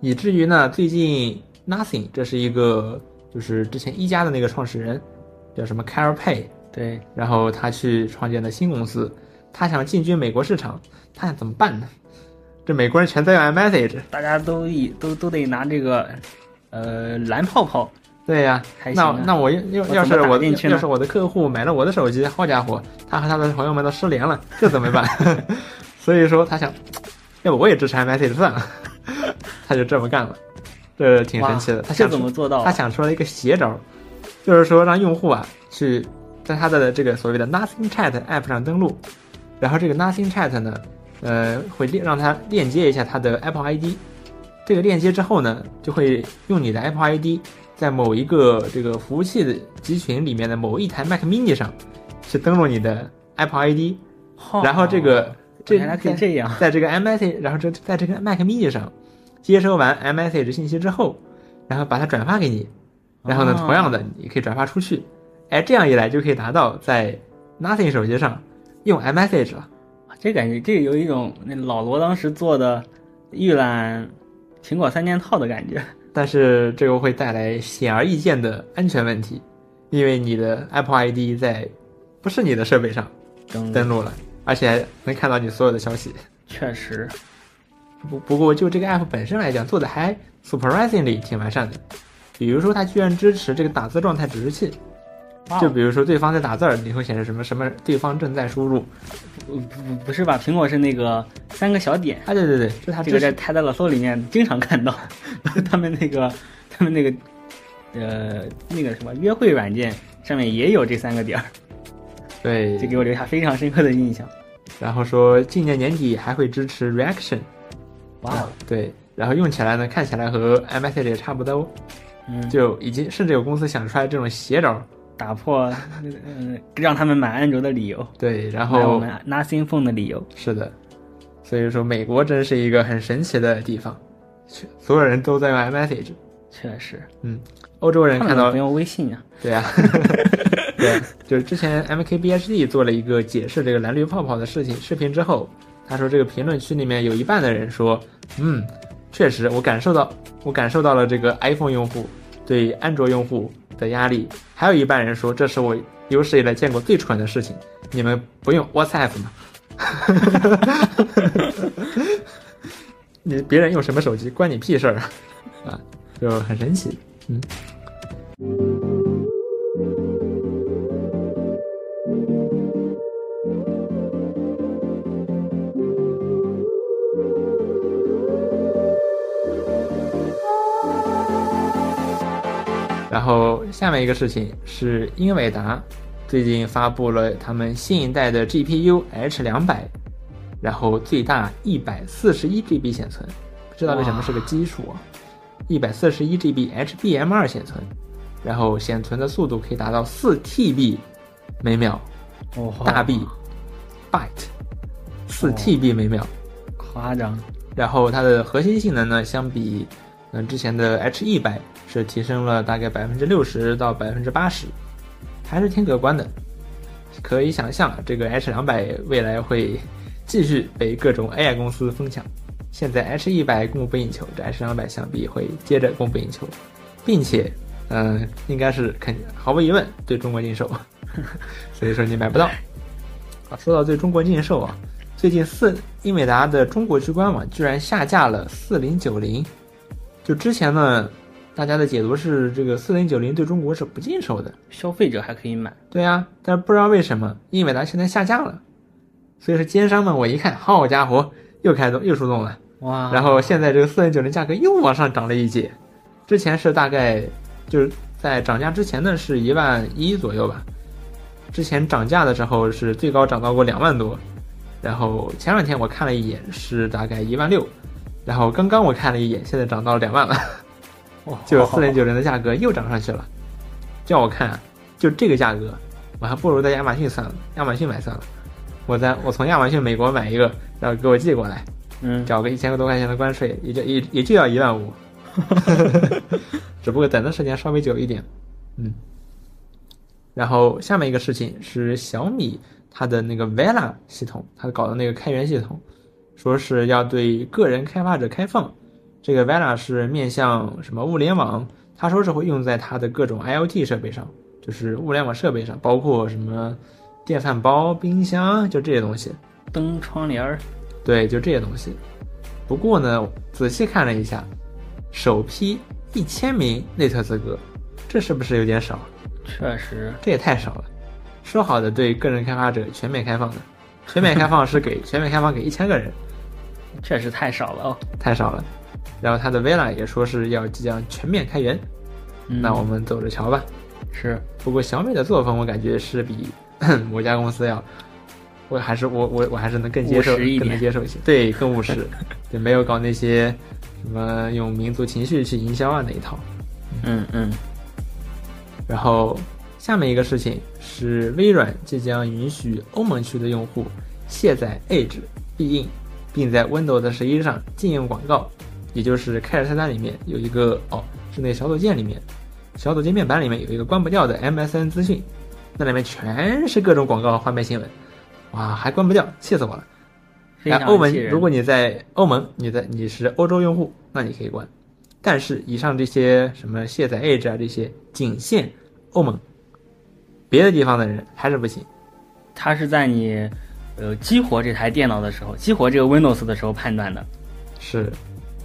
Speaker 1: 以至于呢，最近 Nothing 这是一个就是之前一加的那个创始人叫什么 Carol Pay，
Speaker 2: 对，
Speaker 1: 然后他去创建的新公司，他想进军美国市场，他想怎么办呢？这美国人全在用 iMessage，
Speaker 2: 大家都以都都得拿这个呃蓝泡泡，
Speaker 1: 对呀、
Speaker 2: 还行
Speaker 1: 那
Speaker 2: 啊
Speaker 1: 那我要
Speaker 2: 我
Speaker 1: 要
Speaker 2: 怎么
Speaker 1: 是
Speaker 2: 打
Speaker 1: 我
Speaker 2: 进去呢
Speaker 1: 要是我的客户买了我的手机，好家伙，他和他的朋友们都失联了，这怎么办？ 所以说他想，要不我也支持 iMessage 算了，他就这么干了，这挺神奇的。
Speaker 2: 哇
Speaker 1: 他
Speaker 2: 这
Speaker 1: 想
Speaker 2: 怎么做到
Speaker 1: 他
Speaker 2: 啊？
Speaker 1: 想出了一个邪招，就是说让用户啊去在他的这个所谓的 Nothing Chat app 上登录，然后这个 Nothing Chat 呢，呃，会链让它链接一下它的 Apple ID。这个链接之后呢，就会用你的 Apple ID 在某一个这个服务器的集群里面的某一台 Mac Mini 上去登录你的 Apple ID，然后这个这
Speaker 2: 哦原来可以这样，
Speaker 1: 在这个 iMessage，然后这在这个 Mac Mini 上接收完 iMessage 信息之后，然后把它转发给你，然后呢，
Speaker 2: 哦
Speaker 1: 同样的你可以转发出去，哎，这样一来就可以达到在 Nothing 手机上用 iMessage 了。
Speaker 2: 这感觉这个有一种那老罗当时做的预览苹果三件套的感觉。
Speaker 1: 但是这个会带来显而易见的安全问题，因为你的 Apple ID 在不是你的设备上
Speaker 2: 嗯
Speaker 1: 登录了，而且还能看到你所有的消息。
Speaker 2: 确实，
Speaker 1: 不不过就这个 app 本身来讲，做的还 surprisingly 挺完善的。比如说，它居然支持这个打字状态指示器，
Speaker 2: 哇
Speaker 1: 就比如说对方在打字儿，你会显示什么什么对方正在输入。
Speaker 2: 不不不是吧？苹果是那个三个小点，
Speaker 1: 啊，对对对，就它
Speaker 2: 这
Speaker 1: 支
Speaker 2: 个
Speaker 1: 持
Speaker 2: 在泰达勒搜里面经常看到， 他们那个他们那个呃那个什么约会软件上面也有这三个点儿，
Speaker 1: 对
Speaker 2: 就给我留下非常深刻的印象。
Speaker 1: 然后说今年年底还会支持 reaction，
Speaker 2: 哇哦，
Speaker 1: 对，然后用起来呢，看起来和 iMessage 也差不多，
Speaker 2: 嗯，
Speaker 1: 就已经甚至有公司想出来这种邪招。
Speaker 2: 打破嗯让他们买安卓的理由，
Speaker 1: 对，然
Speaker 2: 买我
Speaker 1: 后
Speaker 2: 们 Nothing Phone 的理由。
Speaker 1: 是的，所以说美国真是一个很神奇的地方，全所有人都在用 iMessage。
Speaker 2: 确实，
Speaker 1: 欧洲人
Speaker 2: 他
Speaker 1: 看
Speaker 2: 们
Speaker 1: 到
Speaker 2: 不用微信啊。
Speaker 1: 对呀、对，就是之前 MKBHD 做了一个解释这个蓝绿泡泡的事情视频之后，他说这个评论区里面有一半的人说，嗯，确实我感受到我感受到了这个 iPhone 用户对安卓用户的压力，还有一半人说这是我有史以来见过最蠢的事情，你们不用 WhatsApp 吗？你别人用什么手机关你屁事儿啊啊，就很神奇。然后下面一个事情是英伟达最近发布了他们新一代的 GPU H 两百，然后最大一百四十一 GB 显存，不知道为什么是个基数啊，一百四十一 GB HBM 二显存，然后显存的速度可以达到四 TB 每秒，
Speaker 2: 哦，
Speaker 1: 大 B byte 四 TB 每秒。
Speaker 2: 夸张，
Speaker 1: 然后它的核心性能呢，相比嗯、呃之前的 H 一百是提升了大概百分之六十到百分之八十，还是挺可观的。可以想象，啊这个 H 两百未来会继续被各种 AI 公司疯抢。现在 H 一百供不应求，这 H 两百想必会接着供不应求，并且，嗯、应该是肯毫无疑问对中国禁售， 所以说你买不到。啊，说到对中国禁售啊，最近四英伟达的中国区官网居然下架了四零九零，就之前呢，大家的解读是这个四零九零对中国是不禁售的，
Speaker 2: 消费者还可以买，
Speaker 1: 对呀、但是不知道为什么英伟达现在下架了，所以说奸商们我一看，好家伙，又开动又出动了，
Speaker 2: 哇
Speaker 1: 然后现在这个四零九零价格又往上涨了一截，之前是大概就是在涨价之前呢是一万一左右吧，之前涨价的时候是最高涨到过两万多，然后前两天我看了一眼是大概一万六，然后刚刚我看了一眼现在涨到两万了， 就四零九零的价格又涨上去了，叫我看啊就这个价格，我还不如在亚马逊算了，亚马逊买算了，我在我从亚马逊美国买一个，然后给我寄过来。
Speaker 2: 嗯，
Speaker 1: 缴个一千多块钱的关税，也就也也就要一万五，只不过等的时间稍微久一点，嗯。然后下面一个事情是小米它的那个 Vela 系统，它搞的那个开源系统，说是要对个人开发者开放。这个 Vela 是面向什么物联网？他说是会用在它的各种 IoT 设备上，就是物联网设备上，包括什么电饭煲、冰箱，就这些东西。
Speaker 2: 灯窗帘儿，
Speaker 1: 对，就这些东西。不过呢，仔细看了一下，首批一千名内测资格，这是不是有点少？
Speaker 2: 确实
Speaker 1: 这也太少了。说好的对个人开发者全面开放的，全面开放是给 全面开放给一千个人，
Speaker 2: 确实太少了哦。
Speaker 1: 太少了。然后它的 Vela 也说是要即将全面开源，
Speaker 2: 嗯
Speaker 1: 那我们走着瞧吧。
Speaker 2: 是
Speaker 1: 不过小米的作风，我感觉是比某家公司要我还是我我我还是能更接受，
Speaker 2: 务实一
Speaker 1: 更
Speaker 2: 点
Speaker 1: 能接受一些，对，更 务实，对，没有搞那些什么用民族情绪去营销啊那一套。
Speaker 2: 嗯嗯
Speaker 1: 然后下面一个事情是微软即将允许欧盟区的用户卸载 Edge 必应，并在 Windows 十一上禁用广告，也就是开着菜单里面有一个哦，是那小组件里面，哦小组界面板里面有一个关不掉的 MSN 资讯，那里面全是各种广告画面新闻，哇，还关不掉，气死我了！
Speaker 2: 非
Speaker 1: 然
Speaker 2: 常
Speaker 1: 后欧盟
Speaker 2: 气，人
Speaker 1: 如果你在欧盟，你在你是欧洲用户，那你可以关。但是以上这些什么卸载 Edge 啊，这些仅限欧盟，别的地方的人还是不行。
Speaker 2: 它是在你呃激活这台电脑的时候，激活这个 Windows 的时候判断的。
Speaker 1: 是，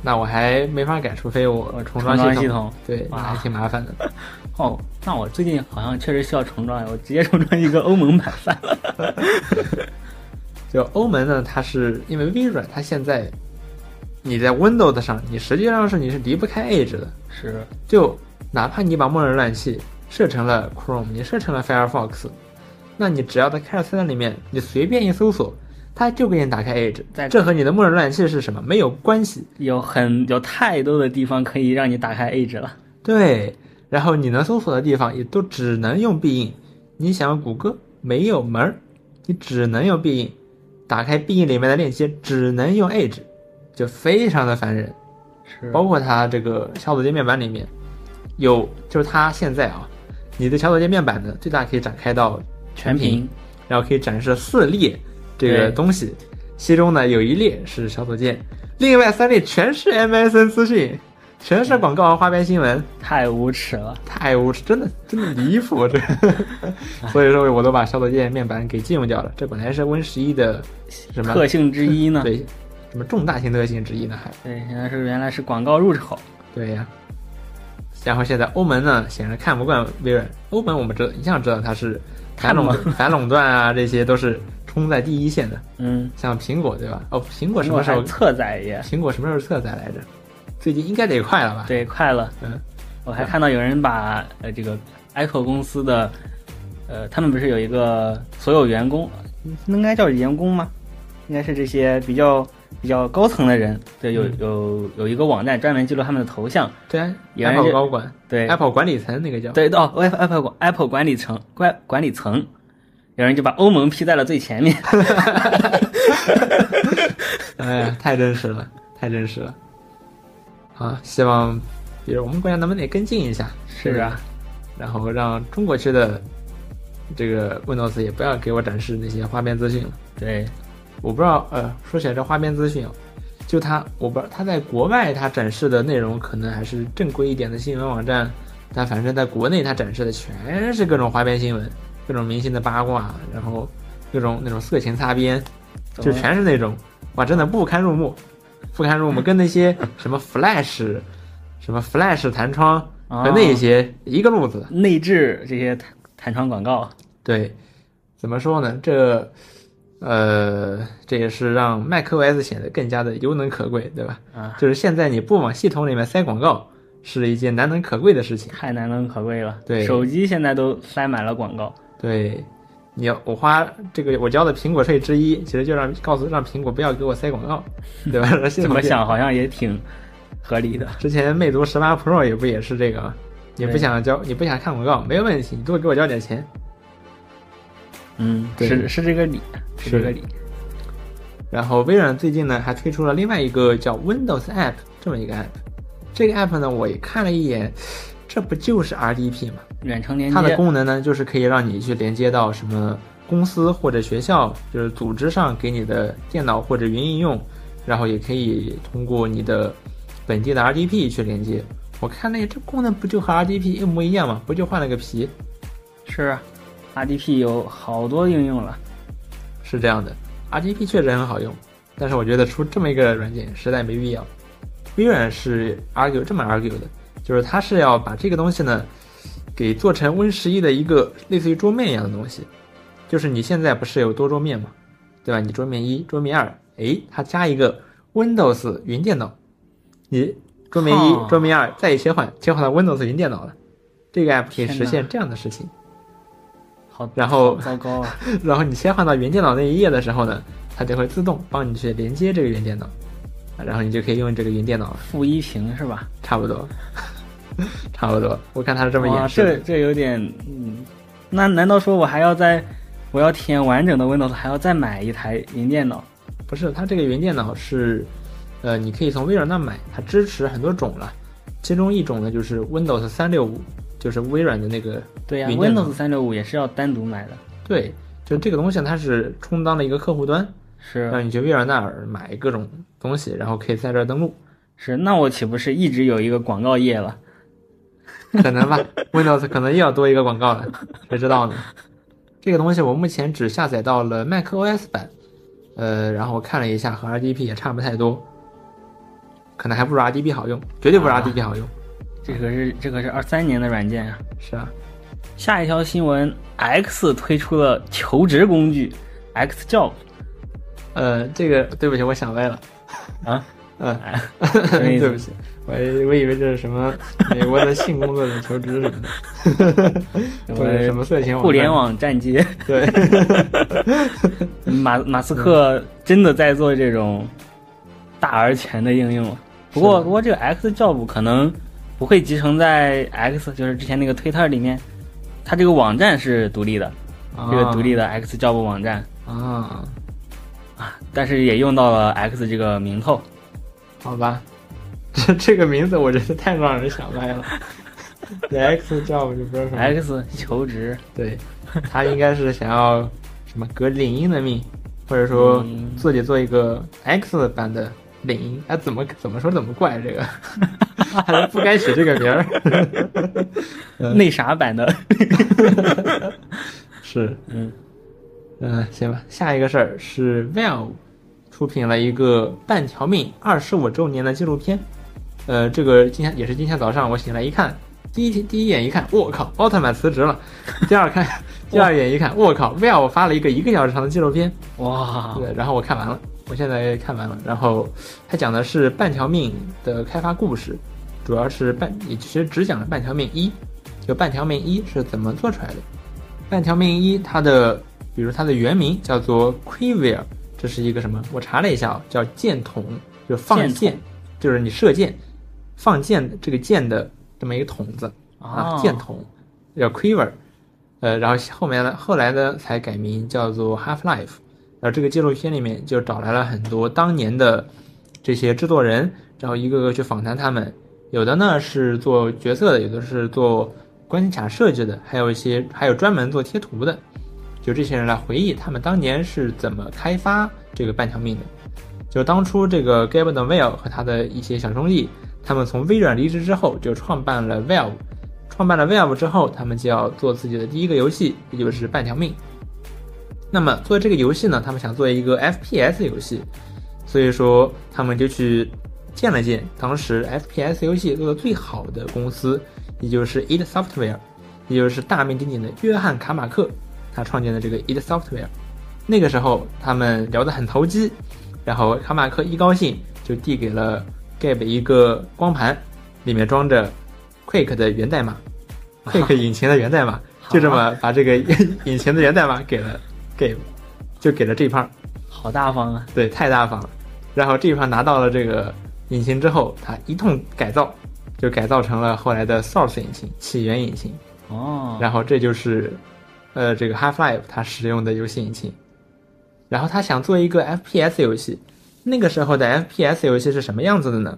Speaker 1: 那我还没法改，除非我
Speaker 2: 我
Speaker 1: 重
Speaker 2: 呃装
Speaker 1: 装系
Speaker 2: 系统
Speaker 1: 对，那
Speaker 2: 哇
Speaker 1: 还挺麻烦的。
Speaker 2: 哦，那我最近好像确实需要重装呀，我直接重装一个欧盟版 算了。
Speaker 1: 就欧盟呢，它是因为微软它现在你在 Windows 上，你实际上是你是离不开 Edge 的。
Speaker 2: 是，
Speaker 1: 就哪怕你把默认浏览器设成了 Chrome，你设成了 Firefox，那你只要在开发菜单里面，你随便一搜索，它就给你打开 Edge
Speaker 2: 在。
Speaker 1: 这和你的默认浏览器是什么没有关系。
Speaker 2: 有很有太多的地方可以让你打开 Edge 了。
Speaker 1: 对，然后你能搜索的地方也都只能用必应。你想要谷歌没有门儿，你只能用必应。打开必应里面的链接只能用 Edge，就非常的烦人。
Speaker 2: 是
Speaker 1: 包括它这个小组界面板里面有，就是它现在啊，你的小组界面板呢最大可以展开到
Speaker 2: 全屏，
Speaker 1: 然后可以展示四列这个
Speaker 2: 对
Speaker 1: 东西，其中呢有一列是小组件，另外三列全是 MSN 资讯，全是广告和花边新闻，
Speaker 2: 太无耻了。
Speaker 1: 太无耻，真的真的离谱啊这个， 所以说我都把小组界面板给禁用掉了，这本来是 Win 十一的什么
Speaker 2: 特性之一呢？
Speaker 1: 对什么重大性特性之一呢还。
Speaker 2: 对，原来是原来是广告入口。
Speaker 1: 对呀、然后现在欧盟呢，显然看不惯微软。欧盟我们知道一向知道它是反垄
Speaker 2: 看
Speaker 1: 反垄断啊，这些都是冲在第一线的。
Speaker 2: 嗯，
Speaker 1: 像苹果对吧？哦，苹果
Speaker 2: 我
Speaker 1: 什么时候
Speaker 2: 还侧载也
Speaker 1: 苹果什么时候撤载来着？最近应该得快了吧？
Speaker 2: 对快了。
Speaker 1: 嗯，
Speaker 2: 我还看到有人把呃这个 Apple 公司的呃，他们不是有一个所有员工，应该叫员工吗？应该是这些比较比较高层的人，对，有
Speaker 1: 嗯
Speaker 2: 有有一个网站专门记录他们的头像，
Speaker 1: 对啊
Speaker 2: 原来
Speaker 1: ，Apple
Speaker 2: 是
Speaker 1: 高管
Speaker 2: 对
Speaker 1: ，Apple 管理层那个叫
Speaker 2: 对哦，Apple Apple 管 Apple 管理层管管理层，有人就把欧盟 P 在了最前面，
Speaker 1: 哎呀，太真实了，太真实了。啊，希望比如我们国家能不能也跟进一下？
Speaker 2: 是啊，
Speaker 1: 然后让中国区的这个 Windows 也不要给我展示那些花边资讯了。
Speaker 2: 对，
Speaker 1: 我不知道，呃，说起来这花边资讯啊，就它，我不知道它在国外它展示的内容可能还是正规一点的新闻网站，但反正在国内它展示的全是各种花边新闻，各种明星的八卦，然后各种那种色情擦边，
Speaker 2: 怎
Speaker 1: 就
Speaker 2: 么
Speaker 1: 全是那种，哇，真的不堪入目，不堪入目，跟那些什么 Flash，什么 Flash 弹窗
Speaker 2: 哦
Speaker 1: 和那些一个路子。
Speaker 2: 啊内置这些弹弹窗广告，
Speaker 1: 对，怎么说呢？这，呃，这也是让 macOS 显得更加的优能可贵，对吧？
Speaker 2: 啊，
Speaker 1: 就是现在你不往系统里面塞广告，是一件难能可贵的事情。
Speaker 2: 太难能可贵了。
Speaker 1: 对
Speaker 2: 手机现在都塞满了广告。
Speaker 1: 对，你要我花这个我交的苹果税之一，其实就让告诉让苹果不要给我塞广告，对吧？让系
Speaker 2: 这
Speaker 1: 统
Speaker 2: 么
Speaker 1: 变
Speaker 2: 想好像也挺合理的。
Speaker 1: 之前魅族十八 Pro 也不也是这个吗？你不
Speaker 2: 对
Speaker 1: 想交，你不想看广告，没有问题，你多给我交点钱。
Speaker 2: 嗯，
Speaker 1: 对
Speaker 2: 是是这个理，
Speaker 1: 是
Speaker 2: 是这个理。
Speaker 1: 然后微软最近呢还推出了另外一个叫 Windows App 这么一个 app，这个 app 呢我也看了一眼，这不就是 RDP 吗？
Speaker 2: 远程连
Speaker 1: 它的
Speaker 2: 接，
Speaker 1: 功能呢就是可以让你去连接到什么公司或者学校，就是组织上给你的电脑或者云应用，然后也可以通过你的本地的 RDP 去连接。我看那这功能不就和 RDP 一模一样吗？不就换了个皮？
Speaker 2: 是啊 RDP 有好多应用了。
Speaker 1: 是这样的，RDP 确实很好用，但是我觉得出这么一个软件实在没必要。微软是 argue 这么 argue 的，就是它是要把这个东西呢，给做成 Win 十一的一个类似于桌面一样的东西，就是你现在不是有多桌面嘛，对吧？你桌面一、桌面二，诶，它加一个 Windows 云电脑，你桌面
Speaker 2: 哈
Speaker 1: 一、桌面二再一切换，切换到 Windows 云电脑了，这个 app 可以
Speaker 2: 天
Speaker 1: 实
Speaker 2: 哪
Speaker 1: 现这样的事情。
Speaker 2: 好，
Speaker 1: 然后
Speaker 2: 好糟糕啊！
Speaker 1: 然后你切换到原电脑那一页的时候呢，它就会自动帮你去连接这个原电脑，啊然后你就可以用这个云电脑了，
Speaker 2: 负一屏是吧？
Speaker 1: 差不多， 差不多。我看它是这么
Speaker 2: 哇
Speaker 1: 演示
Speaker 2: 这
Speaker 1: 的，
Speaker 2: 这有点，嗯，那难道说我还要再，我要体验完整的 Windows，还要再买一台云电脑？
Speaker 1: 不是它这个云电脑是，呃，你可以从微软那买，它支持很多种了，其中一种呢就是 Windows 三六五，就是微软的那个
Speaker 2: 对呀、
Speaker 1: 云
Speaker 2: w i
Speaker 1: 电
Speaker 2: n d
Speaker 1: 脑
Speaker 2: o w s 三六五也是要单独买的，
Speaker 1: 对，就这个东西它是充当了一个客户端，
Speaker 2: 是
Speaker 1: 让你去微软那儿买各种东西，然后可以在这儿登录，
Speaker 2: 是，那我岂不是一直有一个广告页了？
Speaker 1: 可能 吧，Windows 可能又要多一个广告了，谁知道呢？这个东西我目前只下载到了 macOS 版，呃，然后我看了一下，和 RDP 也差不太多，可能还不如 RDP 好用，绝对不如
Speaker 2: 啊
Speaker 1: RDP 好用，
Speaker 2: 这可是这可是二三年的软件啊！
Speaker 1: 是啊，
Speaker 2: 下一条新闻，X 推出了求职工具 XJob
Speaker 1: 呃，这个对不起，我想歪了，
Speaker 2: 啊，
Speaker 1: 嗯，
Speaker 2: 什么意
Speaker 1: 对不
Speaker 2: 思？
Speaker 1: 起，我我以为这是什 么美国的性工作者求职什么的， 或者什么色情网站
Speaker 2: 互联网站街，
Speaker 1: 对。嗯
Speaker 2: 马马斯克真的在做这种大而全的应用了。
Speaker 1: 是
Speaker 2: 不过，
Speaker 1: 的
Speaker 2: 不过这个 XJob 可能不会集成在 X，就是之前那个 Twitter 里面，它这个网站是独立的， 这个独立的 XJob 网站，
Speaker 1: 啊，
Speaker 2: 但是也用到了 X 这个名头。
Speaker 1: 好吧，这这个名字我真是太让人想歪了。The X Job 就不知道什么，
Speaker 2: X 求职，
Speaker 1: 对，他应该是想要什么革领英的命，或者说
Speaker 2: 嗯
Speaker 1: 自己做一个 X 版的领英。哎、怎么怎么说怎么怪这个， 还是不该取这个名儿。嗯
Speaker 2: 那啥版的，
Speaker 1: 是，
Speaker 2: 嗯
Speaker 1: 嗯，行吧。下一个事儿是 Valve 出品了一个半条命二十五周年的纪录片。呃，这个今天也是今天早上我醒来一看，第一天第一眼一看，我靠，奥特曼辞职了。第二看， 第二眼一看，我靠，Valve 发了一个一个小时长的纪录片。
Speaker 2: 哇，
Speaker 1: 对，然后我看完了，我现在看完了。然后它讲的是半条命的开发故事，主要是半，也其实只讲了半条命一，就半条命一是怎么做出来的。半条命一它的，比如它的原名叫做 Quiver，这是一个什么？我查了一下啊、叫箭筒，就是放
Speaker 2: 箭
Speaker 1: 箭，
Speaker 2: 筒
Speaker 1: 就是你射箭，放箭这个箭的这么一个筒子啊，
Speaker 2: 哦
Speaker 1: 箭筒叫 Quiver。呃，然后后面呢，后来呢才改名叫做 Half Life。然后这个纪录片里面就找来了很多当年的这些制作人，然后一个个去访谈他们。有的呢是做角色的，有的是做关卡设计的，还有一些还有专门做贴图的。就这些人来回忆他们当年是怎么开发这个半条命的。就当初这个 Gavin Well 和他的一些小兄弟，他们从微软离职之后，就创办了 Valve。创办了 Valve 之后，他们就要做自己的第一个游戏，也就是半条命。那么做这个游戏呢，他们想做一个 FPS 游戏，所以说他们就去见了见当时 FPS 游戏做的最好的公司，也就是 id Software，也就是大名鼎鼎的约翰卡马克，他创建的这个 id Software。那个时候他们聊得很投机，然后卡马克一高兴就递给了 Gabe 一个光盘，里面装着 Quake 的源代码，Quake 引擎的源代码，就这么把这个 引擎的源代码给了 Gabe，就给了这胖。
Speaker 2: 好大方啊！
Speaker 1: 对，太大方了。然后这一盘拿到了这个引擎之后，他一通改造，就改造成了后来的 Source 引擎、起源引擎。
Speaker 2: 哦，
Speaker 1: 然后这就是，呃，这个 Half Life 它使用的游戏引擎。然后他想做一个 FPS 游戏，那个时候的 FPS 游戏是什么样子的呢？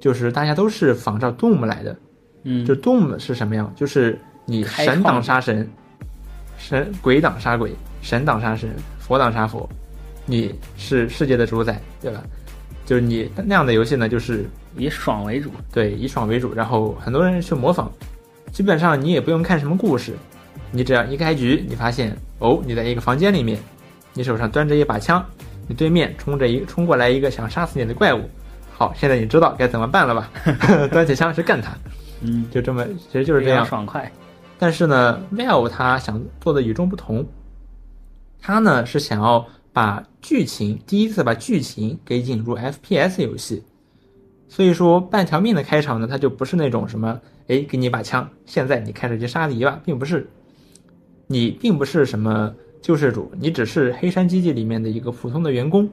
Speaker 1: 就是大家都是仿照 Doom 来的，
Speaker 2: 嗯，
Speaker 1: 就 Doom 是什么样？就是你
Speaker 2: 开
Speaker 1: 神
Speaker 2: 创
Speaker 1: 挡杀神，神鬼挡杀鬼，神挡杀神，佛挡杀佛，你是世界的主宰，对吧？就是你那样的游戏呢，就是
Speaker 2: 以爽为主，
Speaker 1: 对以爽为主，然后很多人去模仿，基本上你也不用看什么故事，你只要一开局，你发现哦，你在一个房间里面，你手上端着一把枪，你对面冲着一冲过来一个想杀死你的怪物，好，现在你知道该怎么办了吧？ 端起枪去干他，
Speaker 2: 嗯，
Speaker 1: 就这么，其实就是这
Speaker 2: 非常
Speaker 1: 样。
Speaker 2: 爽快，
Speaker 1: 但是呢，Valve 他想做的与众不同，他呢是想要把剧情第一次把剧情给引入 FPS 游戏，所以说半条命的开场呢，它就不是那种什么，哎，给你一把枪，现在你开始去杀敌吧，并不是，你并不是什么救世主，你只是黑山经济里面的一个普通的员工。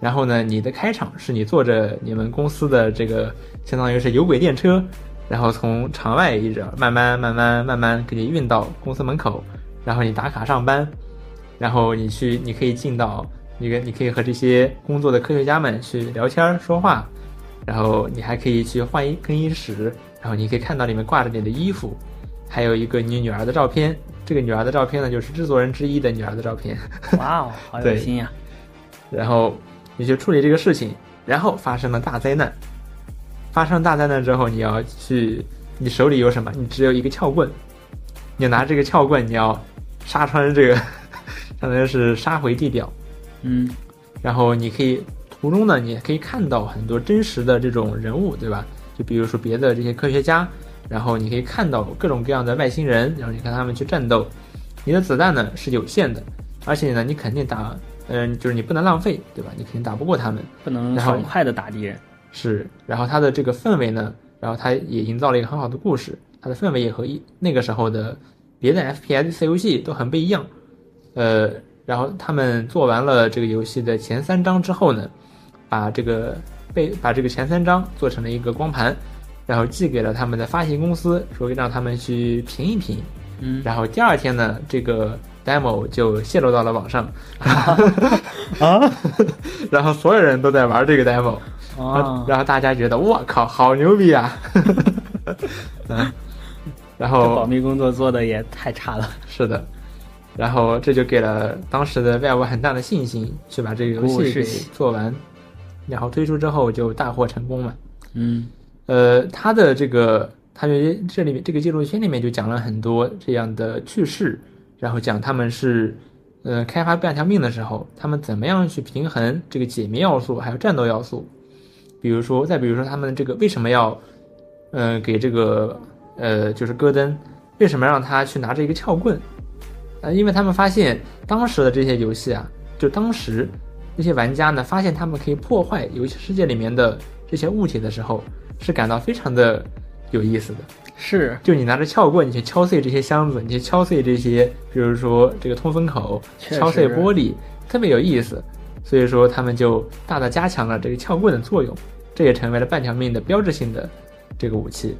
Speaker 1: 然后呢，你的开场是你坐着你们公司的这个相当于是有轨电车，然后从场外一直慢慢慢慢慢慢给你运到公司门口，然后你打卡上班，然后你去你可以进到你跟你可以和这些工作的科学家们去聊天儿说话，然后你还可以去换衣更衣室，然后你可以看到里面挂着你的衣服，还有一个你女儿的照片。这个女儿的照片呢，就是制作人之一的女儿的照片。
Speaker 2: 哇哦，好有
Speaker 1: 对
Speaker 2: 心呀、
Speaker 1: 然后你去处理这个事情，然后发生了大灾难。发生大灾难之后，你要去，你手里有什么？你只有一个撬棍，你拿这个撬棍，你要杀穿这个，相当于是杀回地表。
Speaker 2: 嗯
Speaker 1: 然后你可以途中呢，你也可以看到很多真实的这种人物，对吧？就比如说别的这些科学家，然后你可以看到各种各样的外星人，然后你看他们去战斗。你的子弹呢是有限的，而且呢，你肯定打，嗯、就是你不能浪费，对吧？你肯定打不过他们。
Speaker 2: 不能
Speaker 1: 然后
Speaker 2: 爽快的打敌人。
Speaker 1: 是，然后它的这个氛围呢，然后它也营造了一个很好的故事，它的氛围也和一那个时候的别的 FPS 游戏都很不一样。呃，然后他们做完了这个游戏的前三章之后呢，把这个被把这个前三章做成了一个光盘，然后寄给了他们的发行公司，说让他们去评一评。
Speaker 2: 嗯，
Speaker 1: 然后第二天呢，这个 demo 就泄露到了网上，
Speaker 2: 啊
Speaker 1: 然后所有人都在玩这个 demo。然后
Speaker 2: 啊，
Speaker 1: 然后大家觉得我靠，好牛逼啊！ 嗯，然
Speaker 2: 这保
Speaker 1: 后
Speaker 2: 密工作做的也太差了，
Speaker 1: 是的，然后这就给了当时的 Valve 很大的信心，去把这个游
Speaker 2: 鼓舞
Speaker 1: 戏
Speaker 2: 士
Speaker 1: 给
Speaker 2: 气
Speaker 1: 做完，然后推出之后就大获成功嘛。
Speaker 2: 嗯
Speaker 1: 呃，他的这个，他就这里面这个纪录片里面就讲了很多这样的趣事，然后讲他们是，呃，开发半条命的时候，他们怎么样去平衡这个解谜要素还有战斗要素，比如说，再比如说他们这个为什么要，呃，给这个呃就是戈登为什么让他去拿着一个撬棍，呃，因为他们发现当时的这些游戏啊，就当时那些玩家呢，发现他们可以破坏游戏世界里面的这些物体的时候，是感到非常的有意思的。
Speaker 2: 是
Speaker 1: 就你拿着撬棍，你去敲碎这些箱子，你去敲碎这些，比如说这个通风口，
Speaker 2: 确实
Speaker 1: 敲碎玻璃，特别有意思。所以说，他们就大大加强了这个撬棍的作用，这也成为了半条命的标志性的这个武器。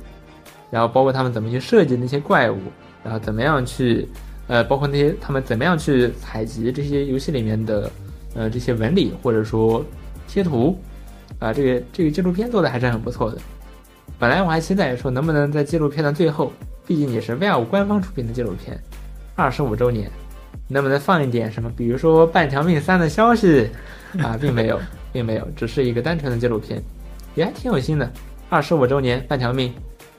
Speaker 1: 然后包括他们怎么去设计那些怪物，然后怎么样去，呃，包括那些他们怎么样去采集这些游戏里面的，呃，这些纹理或者说贴图，啊、这个这个纪录片做的还是很不错的。本来我还期待说能不能在纪录片的最后，毕竟也是 VR 官方出品的纪录片，二十五周年，能不能放一点什么，比如说《半条命三》的消息啊，并没有，并没有，只是一个单纯的纪录片，也还挺有心的。二十五周年，《半条命》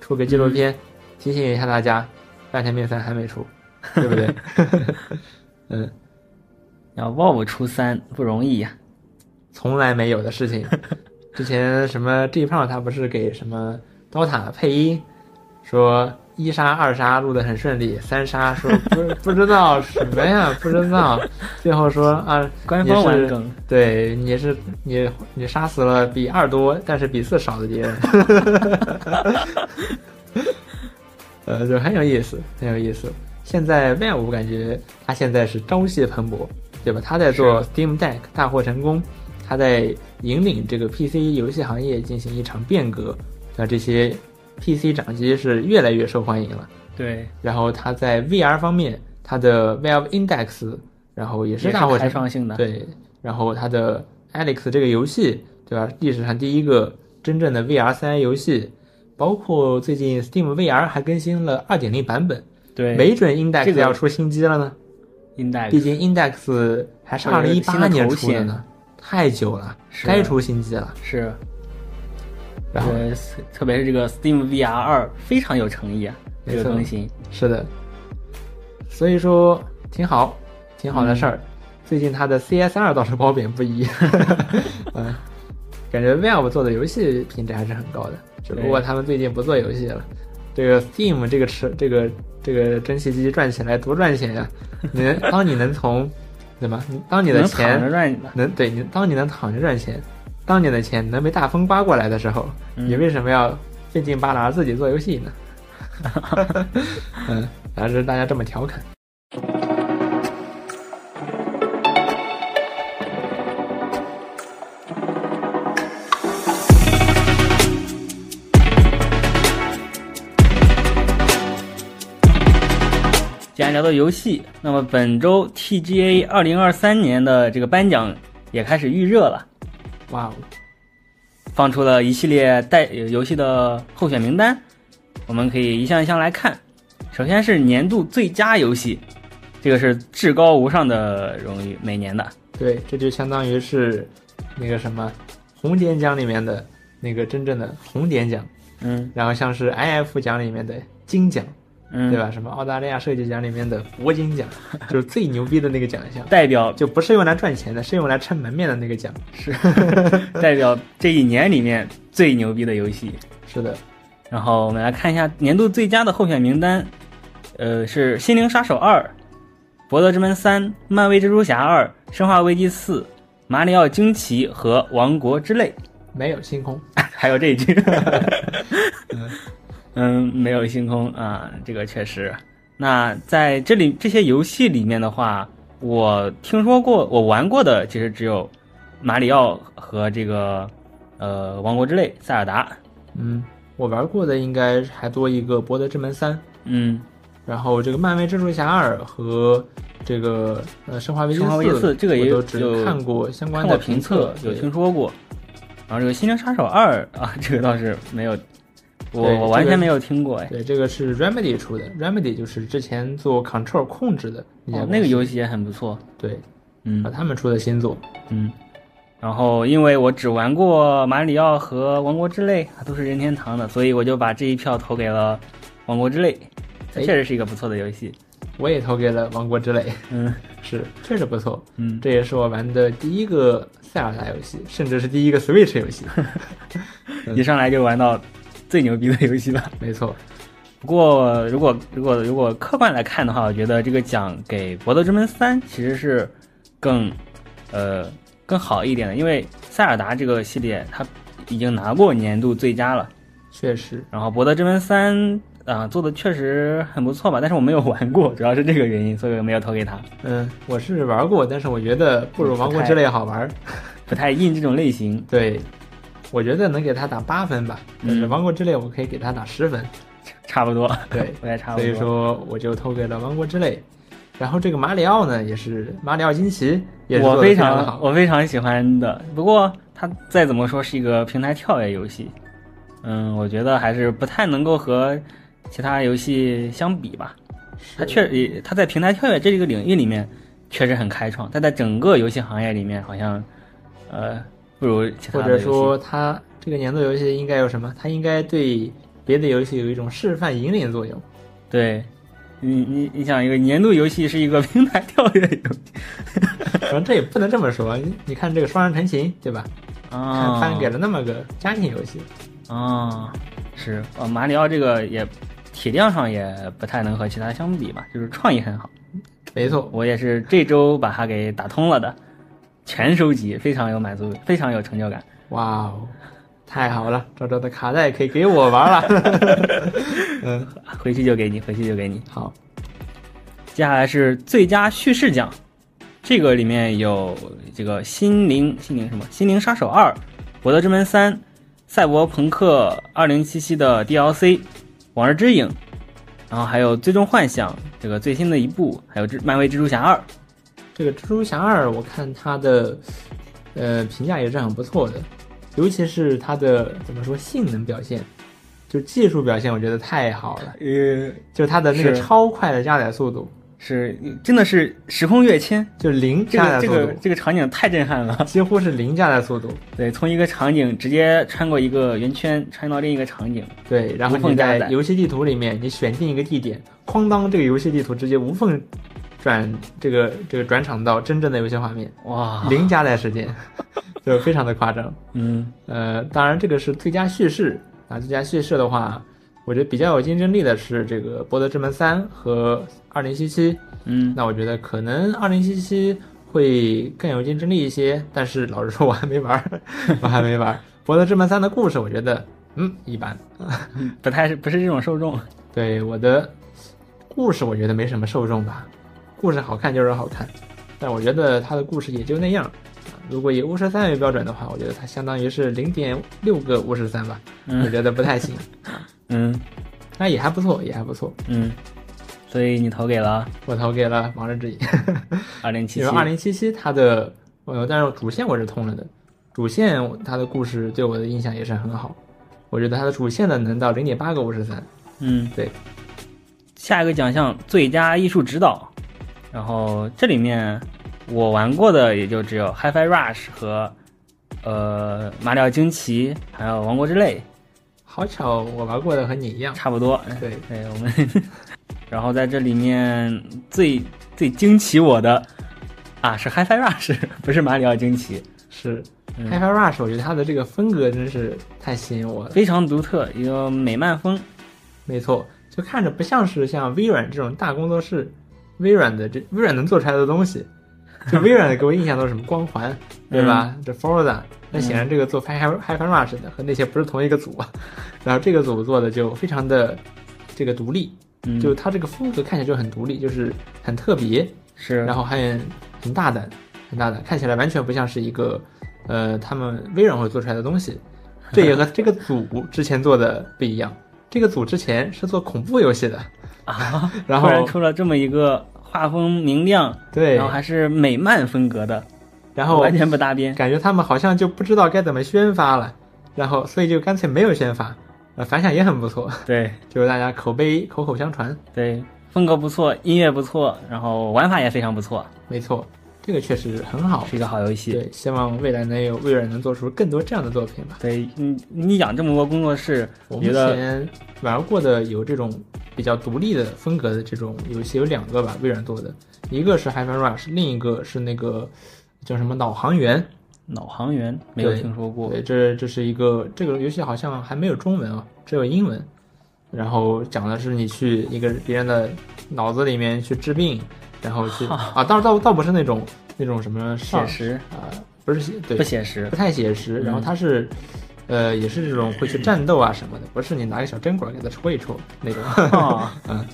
Speaker 1: 出个纪录片，提醒一下大家，《半条命三》还没出，对不对？ 嗯，
Speaker 2: 要 VOV 出三不容易呀、
Speaker 1: 从来没有的事 情。之前什么 G 胖他不是给什么 DOTA 配音，说一杀二杀录得很顺利，三杀说不 不知道什么呀，不知道，最后说啊，
Speaker 2: 官
Speaker 1: 你
Speaker 2: 方
Speaker 1: 是
Speaker 2: 玩梗，
Speaker 1: 对，你是你你杀死了比二多但是比四少的敌 人，呃，就很有意思，很有意思。现在 v 我感觉他现在是朝气蓬勃，对吧？他在做 Steam Deck 大获成功，他在引领这个 PC 游戏行业进行一场变革，那这些 PC 掌机是越来越受欢迎了。
Speaker 2: 对，
Speaker 1: 然后他在 VR 方面，他的 Valve Index，然后也
Speaker 2: 也
Speaker 1: 是大获成
Speaker 2: 开
Speaker 1: 功。
Speaker 2: 创性的，
Speaker 1: 对，然后它的 Alex 这个游戏，对吧？历史上第一个真正的 VR 3 A 游戏，包括最近 Steam VR 还更新了2.0版本，
Speaker 2: 对，
Speaker 1: 没准 Index
Speaker 2: 这个
Speaker 1: 要出新机了呢。毕
Speaker 2: index
Speaker 1: 竟 Index 还是
Speaker 2: 或者新
Speaker 1: 2018
Speaker 2: 的
Speaker 1: 年
Speaker 2: 头
Speaker 1: 出的
Speaker 2: 显
Speaker 1: 呢，太久了，
Speaker 2: 是
Speaker 1: 该出新机了。
Speaker 2: 是，
Speaker 1: 然后
Speaker 2: 呃特别是这个 Steam VR 二非常有诚意啊，
Speaker 1: 没
Speaker 2: 这个
Speaker 1: 错
Speaker 2: 更新，
Speaker 1: 是的，所以说挺好，挺好的事儿。最近它的 CSR 倒是褒贬不一，嗯，感觉 Valve 做的游戏品质还是很高的，只不过他们最近不做游戏了。这个 Steam 这个吃这个这个蒸汽机赚起来多赚钱呀、你能当你能从对吧？你当你的
Speaker 2: 能躺
Speaker 1: 钱
Speaker 2: 着赚吧，
Speaker 1: 能对你，当你能躺着赚钱，当你的钱能被大风刮过来的时候，
Speaker 2: 嗯
Speaker 1: 你为什么要费劲 巴拉自己做游戏呢？嗯，还是大家这么调侃。
Speaker 2: 然聊到游戏，那么本周 TGA 二零二三年的这个颁奖也开始预热了，
Speaker 1: 哇哦，
Speaker 2: 放出了一系列带游戏的候选名单，我们可以一项一项来看。首先是年度最佳游戏，这个是至高无上的荣誉，每年的。
Speaker 1: 对，这就相当于是那个什么红点奖里面的那个真正的红点奖，
Speaker 2: 嗯
Speaker 1: 然后像是 IF 奖里面的金奖，
Speaker 2: 嗯，
Speaker 1: 对？吧？什么澳大利亚设计奖里面的铂金 奖，就是最牛逼的那个奖项，
Speaker 2: 代表
Speaker 1: 就不是用来赚钱的，是用来撑门面的那个奖。
Speaker 2: 代表这一年里面最牛逼的游戏。
Speaker 1: 是的，
Speaker 2: 然后我们来看一下年度最佳的候选名单，呃，是《心灵杀手二》、《博德之门三》、《漫威蜘蛛侠二》、《生化危机四》、《马里奥惊奇》和《王国之泪》，
Speaker 1: 没有星空，
Speaker 2: 还有这一 句。 嗯，没有星空啊，这个确实。那在这里这些游戏里面的话，我听说过，我玩过的其实只有马里奥和这个呃《王国之泪》、塞尔达。
Speaker 1: 嗯，我玩过的应该还多一个《博德之门三》，
Speaker 2: 嗯，
Speaker 1: 然后这个《漫威蜘蛛侠二》和这个呃《生化危机
Speaker 2: 生化危机
Speaker 1: 四
Speaker 2: 四》，这个也
Speaker 1: 我
Speaker 2: 有
Speaker 1: 都只看过相关
Speaker 2: 看
Speaker 1: 的
Speaker 2: 过评测，有
Speaker 1: 对
Speaker 2: 听说过。然后这个《心灵杀手二》啊，这个倒是没有，我
Speaker 1: 对
Speaker 2: 我完
Speaker 1: 这个
Speaker 2: 全没有听过哎。
Speaker 1: 对，这个是 Remedy 出的，Remedy 就是之前做 Control 控制的那家
Speaker 2: 哦
Speaker 1: 公司、
Speaker 2: 那个游戏也很不错，
Speaker 1: 对，
Speaker 2: 嗯
Speaker 1: 啊，他们出的新作，
Speaker 2: 嗯。然后因为我只玩过马里奥和王国之泪，都是任天堂的，所以我就把这一票投给了王国之泪。它
Speaker 1: 哎
Speaker 2: 确实是一个不错的游戏，
Speaker 1: 我也投给了《王国之泪》，
Speaker 2: 嗯
Speaker 1: 是确实不错，
Speaker 2: 嗯，
Speaker 1: 这也是我玩的第一个塞尔达游戏，甚至是第一个 Switch 游 戏，
Speaker 2: 一上来就玩到最牛逼的游戏吧。
Speaker 1: 没错，
Speaker 2: 不过，如果如果如果客观来看的话，我觉得这个奖给《博德之门三》其实是更呃更好一点的，因为塞尔达这个系列它已经拿过年度最佳了，
Speaker 1: 确实，
Speaker 2: 然后《博德之门三》啊、做的确实很不错吧，但是我没有玩过，主要是这个原因，所以我没有投给他，
Speaker 1: 嗯，我是玩过，但是我觉得不如《王国之泪》好玩，
Speaker 2: 不太硬这种类型，
Speaker 1: 对，我觉得能给他打八分吧，但是
Speaker 2: 嗯
Speaker 1: 《王国之泪》我可以给他打十 分，
Speaker 2: 差不多，
Speaker 1: 对，
Speaker 2: 我也差不
Speaker 1: 所
Speaker 2: 多。
Speaker 1: 以说我就投给了《王国之泪》。然后这个马里奥呢，也是马里奥金奇，也是
Speaker 2: 我
Speaker 1: 做得
Speaker 2: 非
Speaker 1: 非常的好
Speaker 2: 常。我非常喜欢的，不过它再怎么说是一个平台跳跃游戏，嗯，我觉得还是不太能够和其他游戏相比吧。它确也它在平台跳跃这个领域里面确实很开创，但在整个游戏行业里面好像呃不如其他
Speaker 1: 或
Speaker 2: 的
Speaker 1: 者
Speaker 2: 游戏
Speaker 1: 说它这个年度游戏应该有什么？它应该对别的游戏有一种示范引领作用。
Speaker 2: 对。你你你想一个年度游戏是一个平台跳跃游戏
Speaker 1: 反正这也不能这么说，你你看这个《双人成行》，对吧？
Speaker 2: 啊，
Speaker 1: 看颁给了那么个家庭游戏，
Speaker 2: 啊，是呃，马里奥这个也体量上也不太能和其他相比吧，就是创意很好。
Speaker 1: 没错，
Speaker 2: 我也是这周把它给打通了的，全收集，非常有满足，非常有成就感。
Speaker 1: 哇哦，太好了，赵赵的卡带可以给我玩了。 嗯，
Speaker 2: 回去就给你，回去就给你。
Speaker 1: 好，
Speaker 2: 接下来是最佳叙事奖，这个里面有这个《心灵心灵什么心灵杀手二》《我的之门三》《赛博朋克2077》的 DLC，《往日之影》，然后还有《最终幻想》这个最新的一部，还有蜘《漫威蜘蛛侠二》。
Speaker 1: 这个《蜘蛛侠二》，我看它的呃评价也是很不错的，尤其是它的怎么说性能表现，就技术表现，我觉得太好了，
Speaker 2: 呃，
Speaker 1: 就它的那个
Speaker 2: 是
Speaker 1: 超快的加载速度。
Speaker 2: 是真的是时空跃迁，
Speaker 1: 就零
Speaker 2: 这
Speaker 1: 加载
Speaker 2: 个这
Speaker 1: 速度，
Speaker 2: 个这个场景太震撼了。
Speaker 1: 几乎是零加载速度。
Speaker 2: 对，从一个场景直接穿过一个圆圈，穿到另一个场景。
Speaker 1: 对，然后
Speaker 2: 无缝
Speaker 1: 你
Speaker 2: 加载
Speaker 1: 在游戏地图里面，你选定一个地点，哐当，这个游戏地图直接无缝转这个这个转场到真正的游戏画面，
Speaker 2: 哇，
Speaker 1: 零加载时间，就非常的夸张。
Speaker 2: 嗯
Speaker 1: 呃，当然这个是最佳叙事啊，最佳叙事的话，我觉得比较有竞争力的是这个《博德之门三》和《二零七七》。
Speaker 2: 嗯，
Speaker 1: 那我觉得可能二零七七会更有竞争力一些，但是老实说，我还没玩儿， 我还没玩儿《博德之门三》的故事，我觉得嗯一般。
Speaker 2: 不太是不是这种受众。
Speaker 1: 对我的故事，我觉得没什么受众吧，故事好看就是好看，但我觉得它的故事也就那样。如果以巫师三为标准的话，我觉得它相当于是零点六个巫师三吧，我
Speaker 2: 嗯
Speaker 1: 觉得不太行。
Speaker 2: 嗯
Speaker 1: 那也还不错，也还不错。
Speaker 2: 嗯，所以你投给了
Speaker 1: 我投给了《盲人之影》。
Speaker 2: 二零
Speaker 1: 比
Speaker 2: 七
Speaker 1: 如
Speaker 2: 七。
Speaker 1: 二零七七，它的呃，但是主线我是通了的，主线它的故事对我的印象也是很好，我觉得它的主线呢能到零点八个五十三，
Speaker 2: 嗯，
Speaker 1: 对。
Speaker 2: 下一个奖项最佳艺术指导，然后这里面我玩过的也就只有 HiFi Rush 和呃马里奥惊奇，还有王国之泪，
Speaker 1: 好巧，我玩过的和你一样。
Speaker 2: 差不多。
Speaker 1: 对，
Speaker 2: 对我们， 然后在这里面最最惊奇我的啊是 HiFi Rush，不是马里奥惊奇，
Speaker 1: 是
Speaker 2: 嗯
Speaker 1: h i f i Rush，我觉得它的这个风格真是太吸引我了。
Speaker 2: 非常独特，一个美漫风。
Speaker 1: 没错，就看着不像是像微软这种大工作室，微软的这微软能做出来的东西， 就微软给我印象都是什么光环，对吧？
Speaker 2: 嗯
Speaker 1: 这 Forza，那显然这个做 Hi Hi Fi Rush 的和那些不是同一个组，啊 然后这个组做的就非常的这个独立，
Speaker 2: 嗯，
Speaker 1: 就它这个风格看起来就很独立，就是很特别，
Speaker 2: 是
Speaker 1: 然后还很很大胆，很大胆，看起来完全不像是一个呃他们微软会做出来的东西。这 也和这个组之前做的不一样。这个组之前是做恐怖游戏的，
Speaker 2: 啊，
Speaker 1: 然
Speaker 2: 突然
Speaker 1: 后
Speaker 2: 出了这么一个画风明亮，
Speaker 1: 对
Speaker 2: 然，后还是美漫风格的，
Speaker 1: 然后
Speaker 2: 完全不搭 边。
Speaker 1: 感觉他们好像就不知道该怎么宣发了，然后所以就干脆没有宣发，呃，反响也很不错，
Speaker 2: 对
Speaker 1: 就是大家口碑口口相传。
Speaker 2: 对，风格不错，音乐不错，然后玩法也非常不错，
Speaker 1: 没错，这个确实很好。
Speaker 2: 是一个好游戏。
Speaker 1: 对，希望未来能有微软能做出更多这样的作品吧。
Speaker 2: 对，你你养这么多工作室，
Speaker 1: 我
Speaker 2: 我
Speaker 1: 目
Speaker 2: 觉得
Speaker 1: 前玩过的有这种比较独立的风格的这种游戏有两个吧，微软做的，一个是 h i f i Rush，另一个是那个叫什么导航员。
Speaker 2: 脑航员没有
Speaker 1: 对
Speaker 2: 听说过。
Speaker 1: 对，这这是一个这个游戏好像还没有中文啊，只有英文。然后讲的是你去一个别人的脑子里面去治病，然后 去啊，倒倒倒不是那种那种什么上
Speaker 2: 写实
Speaker 1: 啊、不是对
Speaker 2: 不写实
Speaker 1: 不？太写实。然后它是，呃，也是这种会去战斗啊什么的，不是你拿个小针管给它戳一戳那种。
Speaker 2: 哦
Speaker 1: 嗯，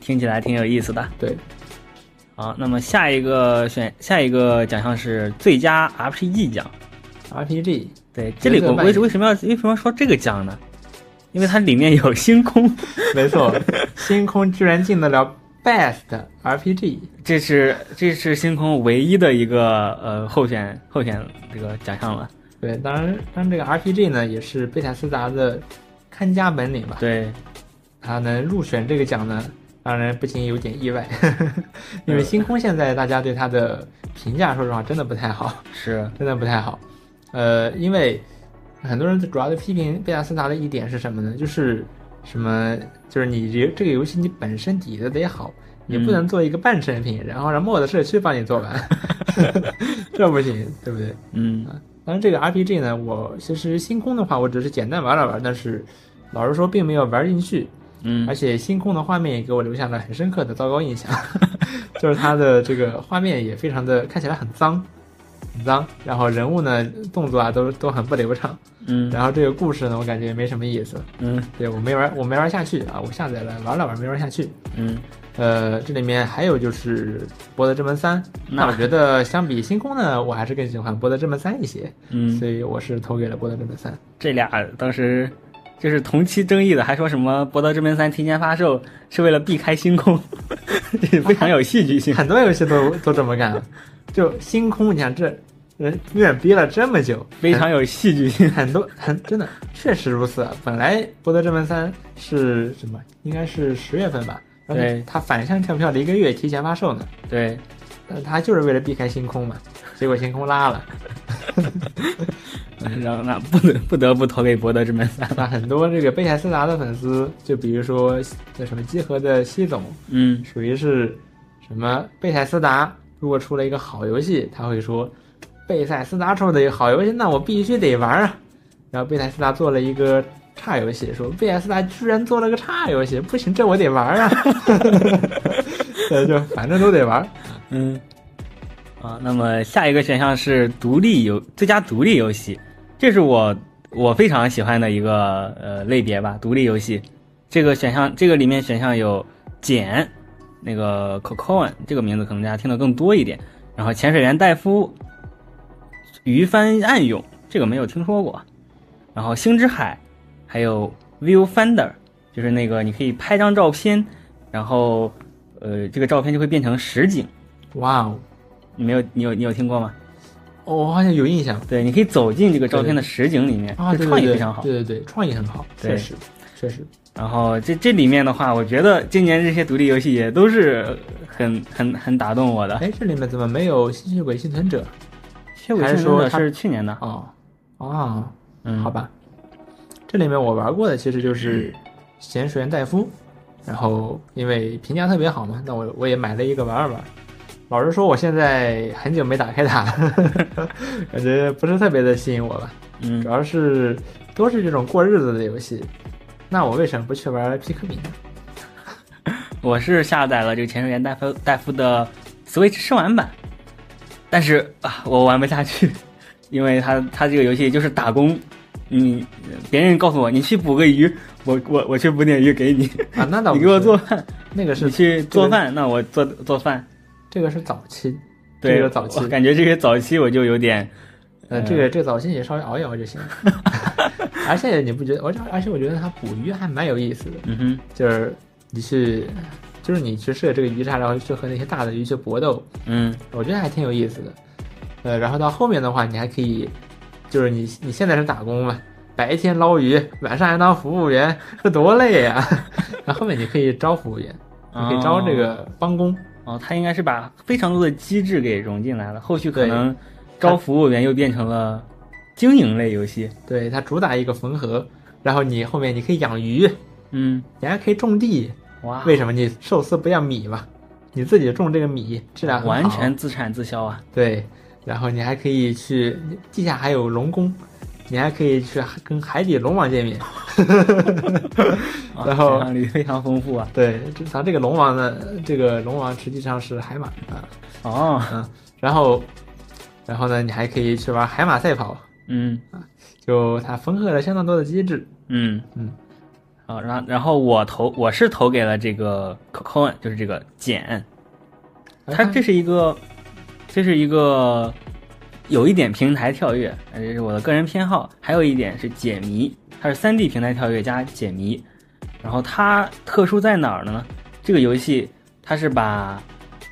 Speaker 2: 听起来挺有意思的。
Speaker 1: 对，
Speaker 2: 啊，那么下一个选下一个奖项是最佳 RPG 奖。
Speaker 1: RPG
Speaker 2: 对，这里
Speaker 1: 角色
Speaker 2: 我
Speaker 1: 扮
Speaker 2: 为
Speaker 1: 演
Speaker 2: 为什么要为什么要说这个奖呢？因为它里面有星空，
Speaker 1: 没错，星空居然进得了 Best RPG，
Speaker 2: 这是这是星空唯一的一个呃候选候选这个奖项了。
Speaker 1: 对，当然，当然这个 RPG 呢也是贝塔斯达的看家本领吧。
Speaker 2: 对，
Speaker 1: 它能入选这个奖呢，让人不禁有点意外， 因为星空现在大家对它的评价，说实话真的不太好。
Speaker 2: 是
Speaker 1: 真的不太好。呃，因为很多人主要的批评贝塔斯达的一点是什么呢？就是什么，就是你这这个游戏你本身底子得好，你不能做一个半成品，然后让 mod 社区帮你做完，这不行，对不对？
Speaker 2: 嗯
Speaker 1: 当然，这个 RPG 呢，我其实星空的话，我只是简单玩了玩，但是老实说，并没有玩进去。而
Speaker 2: 嗯
Speaker 1: 且星空的画面也给我留下了很深刻的糟糕印象， 就是它的这个画面也非常的看起来很脏，很脏，然后人物呢动作啊都都很不流畅，
Speaker 2: 嗯
Speaker 1: 然后这个故事呢我感觉也没什么意思，
Speaker 2: 嗯
Speaker 1: 对我没玩我没玩下去啊，我下载了玩了玩没玩下去，
Speaker 2: 嗯，
Speaker 1: 呃，这里面还有就是《博德之门三》，那我觉得相比星空呢，我还是更喜欢《博德之门三》一些，
Speaker 2: 嗯，
Speaker 1: 所以我是投给了《博德之门三》。
Speaker 2: 这俩当时就是同期争议的，还说什么《博德之门三》提前发售是为了避开星空， 这非常有戏剧 性。
Speaker 1: 很多游戏都都这么干，啊就星空，你想这人院憋了这么久，
Speaker 2: 非常有戏剧性，
Speaker 1: 很多很真的确实如此。啊本来《博德之门三》是什么？应该是十月份吧，然后
Speaker 2: 对
Speaker 1: 它反向跳票了一个月，提前发售呢。
Speaker 2: 对，
Speaker 1: 但它就是为了避开星空嘛，结果星空拉了，
Speaker 2: 然后那不得不得不投给《博德之门三》。
Speaker 1: 那很多这个贝塞斯达的粉丝，就比如说那什么集合的西总，
Speaker 2: 嗯，
Speaker 1: 属于是什么贝塞斯达如果出了一个好游戏，他会说贝塞斯达出的好游戏，那我必须得玩啊。然后贝塞斯达做了一个差游戏，说贝塞斯达居然做了个差游戏，不行，这我得玩啊。 对，就反正都得玩。
Speaker 2: 嗯，啊，那么下一个选项是独立游最佳独立游戏，这是我我非常喜欢的一个呃类别吧，独立游戏。这个选项这个里面选项有简，那个 Cocoon 这个名字可能大家听得更多一点，然后潜水员戴夫、鱼帆暗涌这个没有听说过，然后星之海，还有 Viewfinder，就是那个你可以拍张照片，然后呃这个照片就会变成实景。
Speaker 1: 哇哦，
Speaker 2: 你没有你有你有听过吗？
Speaker 1: 哦我好像有印象
Speaker 2: 对，你可以走进这个照片的实景里面，
Speaker 1: 啊，
Speaker 2: 这
Speaker 1: 对
Speaker 2: 创意
Speaker 1: 对
Speaker 2: 非常好。
Speaker 1: 对对对，创意很好，
Speaker 2: 对
Speaker 1: 确实确实，
Speaker 2: 然后这这里面的话，我觉得今年这些独立游戏也都是很很很打动我的。
Speaker 1: 哎，这里面怎么没有吸血鬼幸存者？
Speaker 2: 血鬼
Speaker 1: 还是
Speaker 2: 幸存者
Speaker 1: 说它
Speaker 2: 是去年的，
Speaker 1: 哦，哦，
Speaker 2: 嗯，嗯
Speaker 1: 好，吧，这里面我玩过的其实就是咸水原戴夫，然后因为评价特别好嘛，那我我也买了一个玩儿玩儿。老实说，我现在很久没打开它 了，感觉不是特别的吸引我吧，
Speaker 2: 嗯
Speaker 1: 主，要是都是这种过日子的游戏。那我为什么不去玩皮克敏呢？
Speaker 2: 我是下载了这个潜水员戴夫戴夫的 Switch 试玩版，但是啊，我玩不下去，因为他他这个游戏就是打工，你别人告诉我你去捕个鱼，我我我去捕点鱼给你，
Speaker 1: 啊，那倒
Speaker 2: 你
Speaker 1: 不
Speaker 2: 给我
Speaker 1: 是
Speaker 2: 做饭，
Speaker 1: 那个是
Speaker 2: 你去做饭，那我做做饭。
Speaker 1: 这个是早期，
Speaker 2: 对，
Speaker 1: 这个早期
Speaker 2: 我，嗯感觉这个早期我就有点，
Speaker 1: 呃，这个这个早期也稍微熬一熬就行 了。而且你不觉得？而且而且我觉得它捕鱼还蛮有意思的。
Speaker 2: 嗯哼，
Speaker 1: 就是你去，就是你去设这个鱼叉，然后去和那些大的鱼去搏斗，
Speaker 2: 嗯
Speaker 1: 我觉得还挺有意思的。呃，然后到后面的话，你还可以，就是你你现在是打工嘛，白天捞鱼，晚上还当服务员，这多累 呀、然后后面你可以招服务员，你可以招这个帮工，
Speaker 2: 哦，他应该是把非常多的机制给融进来了，后续可
Speaker 1: 对
Speaker 2: 能招服务员又变成了经营类游戏。
Speaker 1: 对，它主打一个缝合。然后你后面你可以养鱼，
Speaker 2: 嗯，
Speaker 1: 你还可以种地，
Speaker 2: 哇，
Speaker 1: 为什么？你寿司不要米嘛，你自己种这个米，质量很
Speaker 2: 完
Speaker 1: 好
Speaker 2: 全自产自销啊！
Speaker 1: 对，然后你还可以去地下还有龙宫，你还可以去跟海底龙王见 面。
Speaker 2: 啊
Speaker 1: 然后
Speaker 2: 想象力非常丰富啊！
Speaker 1: 对，这咱这个龙王呢，这个龙王实际上是海马啊，
Speaker 2: 哦，
Speaker 1: 嗯，然后，然后呢，你还可以去玩海马赛跑，
Speaker 2: 嗯
Speaker 1: 就它缝合了相当多的机制。
Speaker 2: 嗯
Speaker 1: 嗯，
Speaker 2: 好，然后然后我投我是投给了这个 Cohen，就是这个简，
Speaker 1: 哎
Speaker 2: 它这是一个这是一个有一点平台跳跃，呃这是我的个人偏好，还有一点是解谜，它是三 D 平台跳跃加解谜。然后它特殊在哪儿呢？这个游戏它是把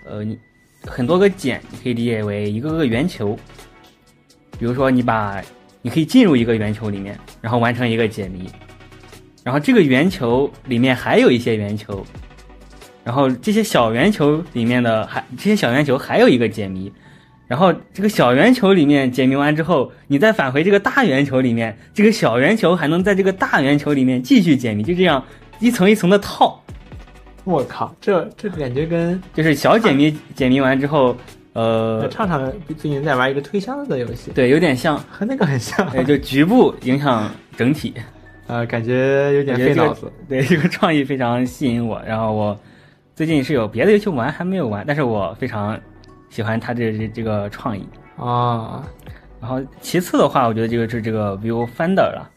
Speaker 2: 呃你很多个点，你可以理解为一个个圆球。比如说你把你可以进入一个圆球里面，然后完成一个解谜，然后这个圆球里面还有一些圆球，然后这些小圆球里面的还这些小圆球还有一个解谜，然后这个小圆球里面解谜完之后，你再返回这个大圆球里面，这个小圆球还能在这个大圆球里面继续解谜，就这样一层一层的套，
Speaker 1: 我靠，这这感觉跟
Speaker 2: 就是小解谜解谜完之后， 呃，
Speaker 1: 畅畅最近在玩一个推箱子的游戏，
Speaker 2: 对，有点像，
Speaker 1: 和那个很像，
Speaker 2: 呃，就局部影响整体。
Speaker 1: 呃，感觉有
Speaker 2: 我
Speaker 1: 点
Speaker 2: 觉得
Speaker 1: 费
Speaker 2: 这
Speaker 1: 脑
Speaker 2: 个
Speaker 1: 子。
Speaker 2: 对这个创意非常吸引我。然后我最近是有别的游戏玩，还没有玩，但是我非常喜欢它这这这个创意。
Speaker 1: 啊，
Speaker 2: 然后其次的话，我觉得这个是这个 Viewfinder 了，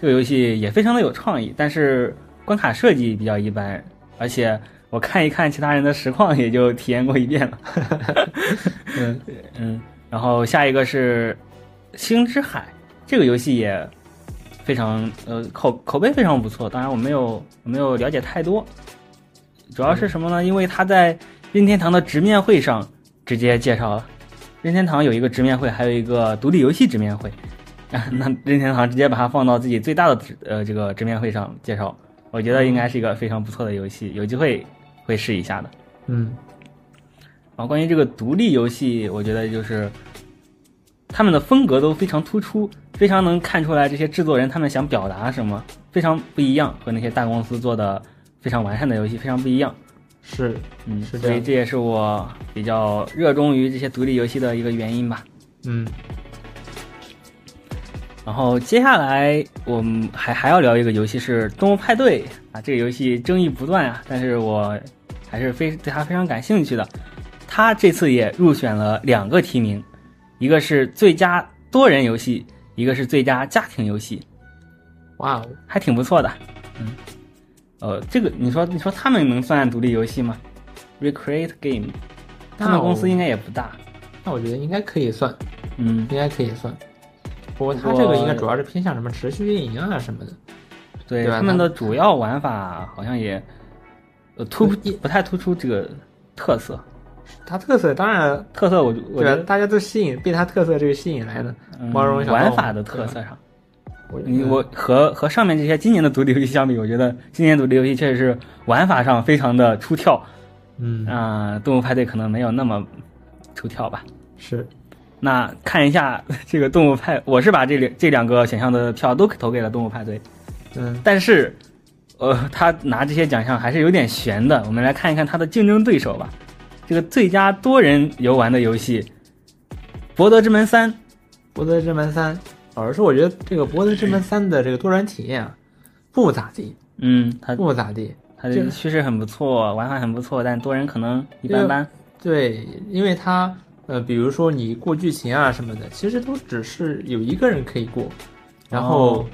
Speaker 2: 这个游戏也非常的有创意，但是关卡设计比较一般，而且我看一看其他人的实况也就体验过一遍了。
Speaker 1: 嗯，
Speaker 2: 嗯，然后下一个是《星之海》这个游戏也非常呃口口碑非常不错，当然我没有我没有了解太多，主要是什么呢？因为他在任天堂的直面会上直接介绍了，任天堂有一个直面会，还有一个独立游戏直面会， 那任天堂直接把它放到自己最大的直呃这个直面会上介绍，我觉得应该是一个非常不错的游戏，有机会会试一下的。
Speaker 1: 嗯，
Speaker 2: 然后啊关于这个独立游戏，我觉得就是他们的风格都非常突出，非常能看出来这些制作人他们想表达什么，非常不一样，和那些大公司做的非常完善的游戏非常不一样。
Speaker 1: 是
Speaker 2: 嗯，
Speaker 1: 是这
Speaker 2: 所以
Speaker 1: 样
Speaker 2: 这也是我比较热衷于这些独立游戏的一个原因吧。
Speaker 1: 嗯，
Speaker 2: 然后接下来我们还还要聊一个游戏是《动物派对》啊，这个游戏争议不断啊，但是我还是非对它非常感兴趣的。它这次也入选了两个提名，一个是最佳多人游戏，一个是最佳家庭游戏，
Speaker 1: 哇哦，
Speaker 2: 还挺不错的。嗯，呃，这个你说你说他们能算独立游戏吗？Recreate Game，他们公司应该也不大。
Speaker 1: 那我觉得应该可以算，
Speaker 2: 嗯，
Speaker 1: 应该可以算。不过它
Speaker 2: 不过
Speaker 1: 这个应该主要是偏向什么持续运营啊什么的。
Speaker 2: 对
Speaker 1: 对吧
Speaker 2: 他们
Speaker 1: 他
Speaker 2: 的主要玩法好像也，呃突不太突出这个特色，
Speaker 1: 它特色当然
Speaker 2: 特色我就我
Speaker 1: 对啊
Speaker 2: 觉
Speaker 1: 吧
Speaker 2: 得？
Speaker 1: 大家都吸引被它特色这个吸引来的。
Speaker 2: 嗯
Speaker 1: 包容小
Speaker 2: 玩
Speaker 1: 动物啊
Speaker 2: 法的特色上，
Speaker 1: 我
Speaker 2: 你我和和上面这些今年的独立游戏相比，我觉得今年独立游戏确实是玩法上非常的出挑
Speaker 1: 嗯
Speaker 2: 啊、动物派对可能没有那么出挑吧。
Speaker 1: 是
Speaker 2: 那看一下这个动物派，我是把这两这两个选项的票都投给了动物派对，
Speaker 1: 嗯
Speaker 2: 但是，呃，他拿这些奖项还是有点悬的。我们来看一看他的竞争对手吧。这个最佳多人游玩的游戏，《博德之门三》
Speaker 1: 博德之门三，老实说，我觉得这个博德之门三的这个多人体验啊，不咋地，
Speaker 2: 嗯，它
Speaker 1: 不咋地。
Speaker 2: 它
Speaker 1: 这
Speaker 2: 的
Speaker 1: 个
Speaker 2: 趋势很不错，玩法很不错，但多人可能一般般。
Speaker 1: 对，因为它呃，比如说你过剧情啊什么的，其实都只是有一个人可以过，然后
Speaker 2: 哦。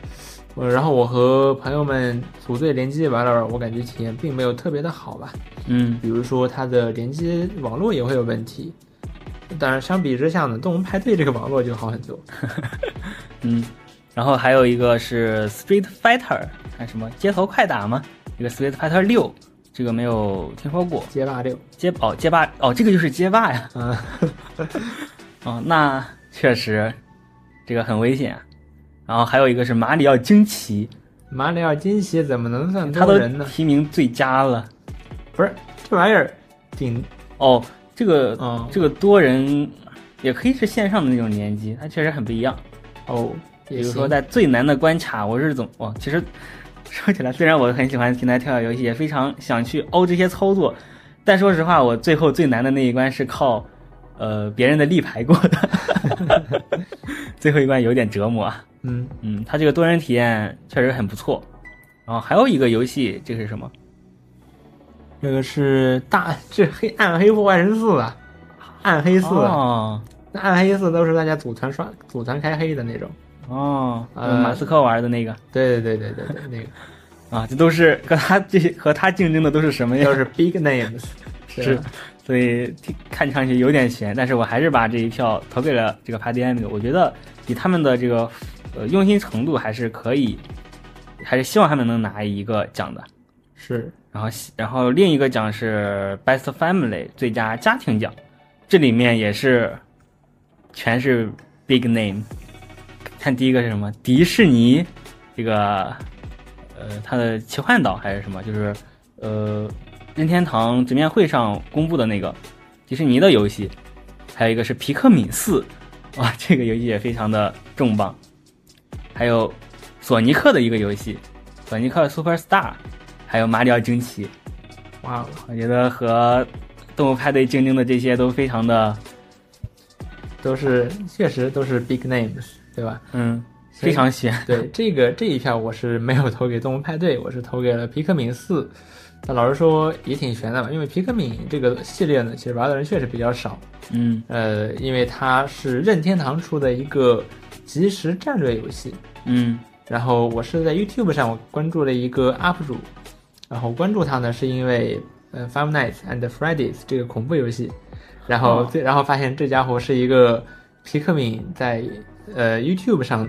Speaker 1: 呃，然后我和朋友们组队联机玩了玩，我感觉体验并没有特别的好吧。
Speaker 2: 嗯
Speaker 1: 比如说它的联机网络也会有问题。当然，相比之下呢，动物派对这个网络就好很多。
Speaker 2: 嗯，然后还有一个是《Street Fighter》，还什么街头快打吗？这个《Street Fighter 六》，这个没有听说过。
Speaker 1: 街霸六，
Speaker 2: 街哦街霸哦，这个就是街霸呀。
Speaker 1: 嗯，
Speaker 2: 哦，那确实，这个很危险。啊然后还有一个是马里奥惊奇，
Speaker 1: 马里奥惊喜怎么能算
Speaker 2: 他
Speaker 1: 多
Speaker 2: 都
Speaker 1: 人呢？
Speaker 2: 提名最佳了。
Speaker 1: 不是，这玩意儿顶，
Speaker 2: 哦，这个、
Speaker 1: 嗯，
Speaker 2: 这个多人也可以是线上的那种联机，它确实很不一样。
Speaker 1: 哦，
Speaker 2: 比
Speaker 1: 也
Speaker 2: 如
Speaker 1: 行
Speaker 2: 说在最难的关卡，我是怎么？哦，其实 说起来，虽然我很喜欢平台跳跃游戏，也非常想去凹这些操作，但说实话，我最后最难的那一关是靠呃别人的力排过的， 最后一关有点折磨啊。
Speaker 1: 嗯，
Speaker 2: 嗯，它这个多人体验确实很不错。然后还有一个游戏，这是什么？
Speaker 1: 这个是大，这黑暗黑破坏神四啊，暗黑四，
Speaker 2: 哦
Speaker 1: 那暗黑四都是大家组团刷、组团开黑的那种。
Speaker 2: 哦，
Speaker 1: 呃
Speaker 2: 马斯克玩的那个
Speaker 1: 对对对对对对，那个
Speaker 2: 啊，这都是和他这些和他竞争的都是什么呀
Speaker 1: 都？是 big names，对
Speaker 2: 是
Speaker 1: 吧，
Speaker 2: 所以听看上去有点悬，但是我还是把这一票投给了这个 p a d i a m i 我觉得以他们的这个呃用心程度还是可以，还是希望他们能拿一个奖的。
Speaker 1: 是
Speaker 2: 然后西，然后另一个奖是 Best Family 最佳家庭奖，这里面也是全是 big name。看第一个是什么？迪士尼这个呃，它的奇幻岛还是什么？就是呃，任天堂直面会上公布的那个迪士尼的游戏，还有一个是皮克敏四， 哇，这个游戏也非常的重磅。还有索尼克的一个游戏，索尼克 Super Star，还有马里奥惊奇，
Speaker 1: 哇哦，
Speaker 2: 我觉得和动物派对竞争的这些都非常的，
Speaker 1: 都是确实都是 big names，对吧？
Speaker 2: 嗯，非常悬。
Speaker 1: 对这个这一票我是没有投给动物派对，我是投给了皮克敏四。那老实说也挺悬的吧，因为皮克敏这个系列呢，其实玩的人确实比较少。
Speaker 2: 嗯
Speaker 1: 呃，因为它是任天堂出的一个即时战略游戏。
Speaker 2: 嗯
Speaker 1: 然后我是在 YouTube 上我关注了一个 UP 主，然后关注他呢是因为呃 Five Nights and Fridays 这个恐怖游戏，然后
Speaker 2: 哦
Speaker 1: 最、然后发现这家伙是一个皮克敏在呃 YouTube 上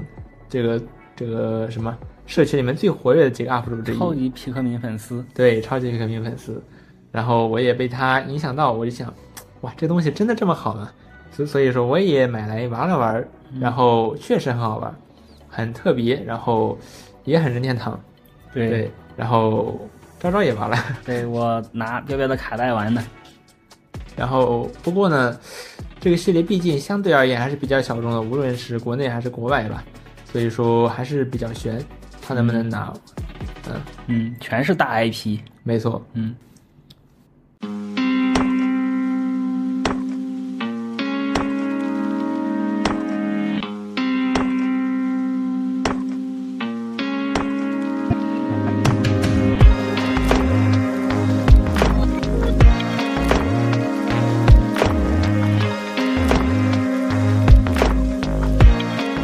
Speaker 1: 这个这个什么社区里面最活跃的几个 UP 主之
Speaker 2: 超
Speaker 1: 一，
Speaker 2: 级皮克敏粉丝，
Speaker 1: 对，超级皮克敏粉丝。然后我也被他影响到，我就想，哇，这东西真的这么好吗？所所以说我也买来玩了玩，然后确实很好玩，很特别，然后也很任天堂。
Speaker 2: 对
Speaker 1: 然后昭昭也玩了，
Speaker 2: 对，我拿彪彪的卡带玩的，
Speaker 1: 然后不过呢，这个系列毕竟相对而言还是比较小众的，无论是国内还是国外吧，所以说还是比较悬，看能不能拿。嗯，
Speaker 2: 嗯，全是大 IP，
Speaker 1: 没错，
Speaker 2: 嗯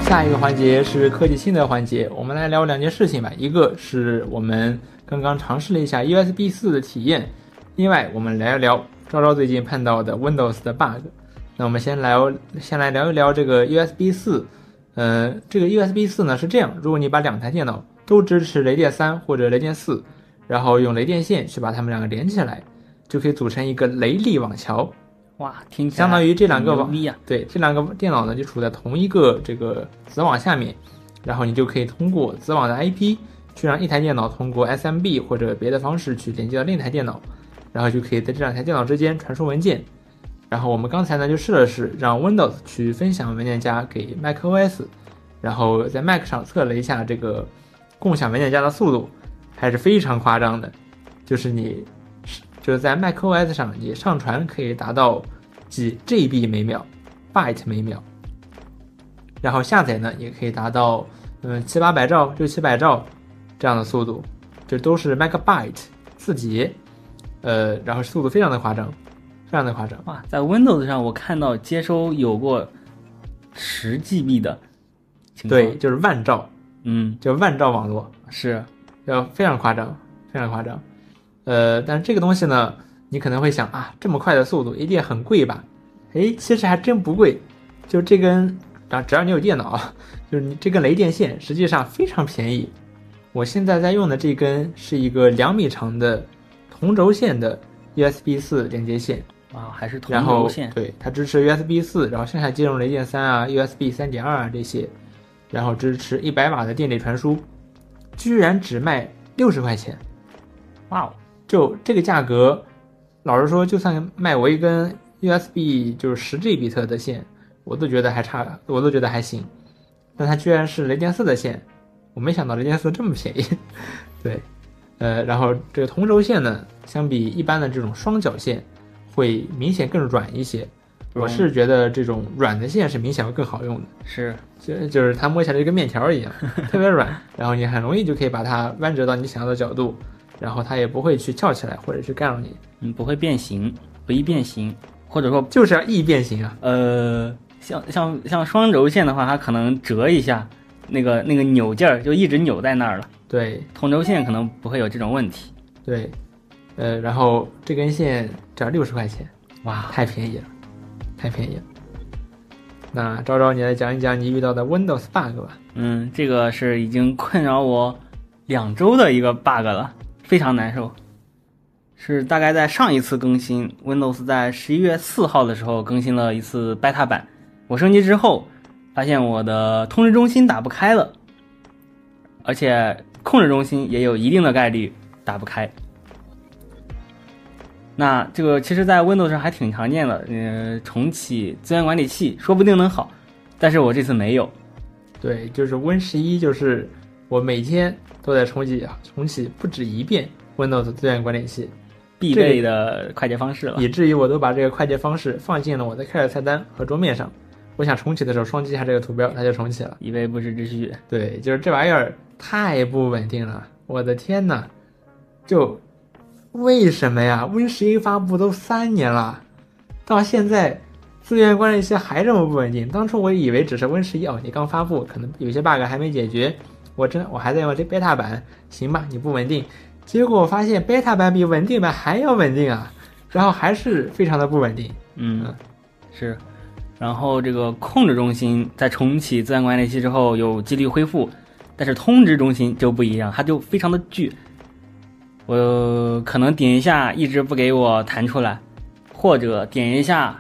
Speaker 1: 下一个环节是科技新的环节，我们来聊两件事情吧。一个是我们刚刚尝试了一下 USB 四的体验，另外我们聊一聊昭昭最近碰到的 Windows 的 bug。那我们先来先来聊一聊这个 USB 四。呃，这个 USB 四呢是这样，如果你把两台电脑都支持雷电三或者雷电四，然后用雷电线去把它们两个连起来，就可以组成一个雷力网桥。
Speaker 2: 哇，听起来
Speaker 1: 相当于这两个
Speaker 2: 很牛
Speaker 1: 网
Speaker 2: 逼啊呀、
Speaker 1: 对，这两个电脑呢就处在同一个这个子网下面，然后你就可以通过子网的 IP 去让一台电脑通过 SMB 或者别的方式去连接到另一台电脑，然后就可以在这两台电脑之间传输文件。然后我们刚才呢就试了试，让 Windows 去分享文件夹给 macOS，然后在 Mac 上测了一下这个共享文件夹的速度，还是非常夸张的，就是你就是在 macOS 上你上传可以达到几 GB 每秒。byte 每秒，然后下载呢也可以达到嗯七八百兆、六七百兆这样的速度，这都是 megabyte 字节，呃，然后速度非常的夸张，非常的夸张。
Speaker 2: 哇，在 Windows 上我看到接收有过十 GB 的情况，
Speaker 1: 对，，就是万兆，
Speaker 2: 嗯，
Speaker 1: 就是万兆网络，
Speaker 2: 是
Speaker 1: 要非常夸张，非常夸张。呃，但是这个东西呢，你可能会想啊，这么快的速度一定很贵吧？诶，其实还真不贵，就这根啊，只要你有电脑，就是你这根雷电线实际上非常便宜。我现在在用的这根是一个两米长的同轴线的 USB 四连接线，
Speaker 2: 哇，还是同
Speaker 1: 然后
Speaker 2: 轴线，
Speaker 1: 对它支持 USB 四，然后剩下兼容雷电三啊、USB 三点二啊这些，然后支持一百瓦的电力传输，居然只卖六十块钱，
Speaker 2: 哇哦，
Speaker 1: 就这个价格，老实说，就算卖我一根 USB 就是十 G 比特的线，我都觉得还差，我都觉得还行，但它居然是雷电四的线，我没想到雷电四这么便宜， 对，呃，然后这个同轴线呢，相比一般的这种双绞线，会明显更软一些。我是觉得这种软的线是明显会更好用的，
Speaker 2: 是
Speaker 1: 就就是它摸起来就跟面条一样，特别软，然后你很容易就可以把它弯折到你想要的角度，然后它也不会去翘起来或者去干扰你，
Speaker 2: 嗯，不会变形，不易变形，或者说
Speaker 1: 就是要易变形啊。
Speaker 2: 呃，像像像双轴线的话，它可能折一下，那个那个扭劲儿就一直扭在那儿了。
Speaker 1: 对
Speaker 2: 同轴线可能不会有这种问题。
Speaker 1: 对，呃，然后这根线只要六十块钱，
Speaker 2: 哇，
Speaker 1: 太便宜了，太便宜了。那昭昭，你来讲一讲你遇到的 Windows bug 吧。
Speaker 2: 嗯，这个是已经困扰我两周的一个 bug 了，非常难受。是大概在上一次更新，Windows 在十一月四号的时候更新了一次 beta 版。我升级之后，发现我的通知中心打不开了，而且控制中心也有一定的概率打不开。那这个其实，在 Windows 上还挺常见的，嗯、重启资源管理器说不定能好，但是我这次没有。
Speaker 1: 对，就是 Win 十一，就是我每天都在重启啊重启不止一遍 Windows 资源管理器，
Speaker 2: 必备的快捷方式了。
Speaker 1: 以至于我都把这个快捷方式放进了我的开始菜单和桌面上。我想重启的时候双击一下这个图标，它就重启了。
Speaker 2: 以备不时之需，
Speaker 1: 对，就是这玩意儿太不稳定了，我的天呐！就为什么呀？Win 十一发布都三年了，到现在资源管理器还这么不稳定。当初我以为只是 Win 十一哦，你刚发布，可能有些 bug 还没解决，我真我还在用这 beta 版，行吧，你不稳定。结果我发现 beta 版比稳定版还要稳定啊，然后还是非常的不稳定。
Speaker 2: 嗯，是。然后这个控制中心在重启资源管理器之后有几率恢复，但是通知中心就不一样，它就非常的巨。我可能点一下一直不给我弹出来，或者点一下，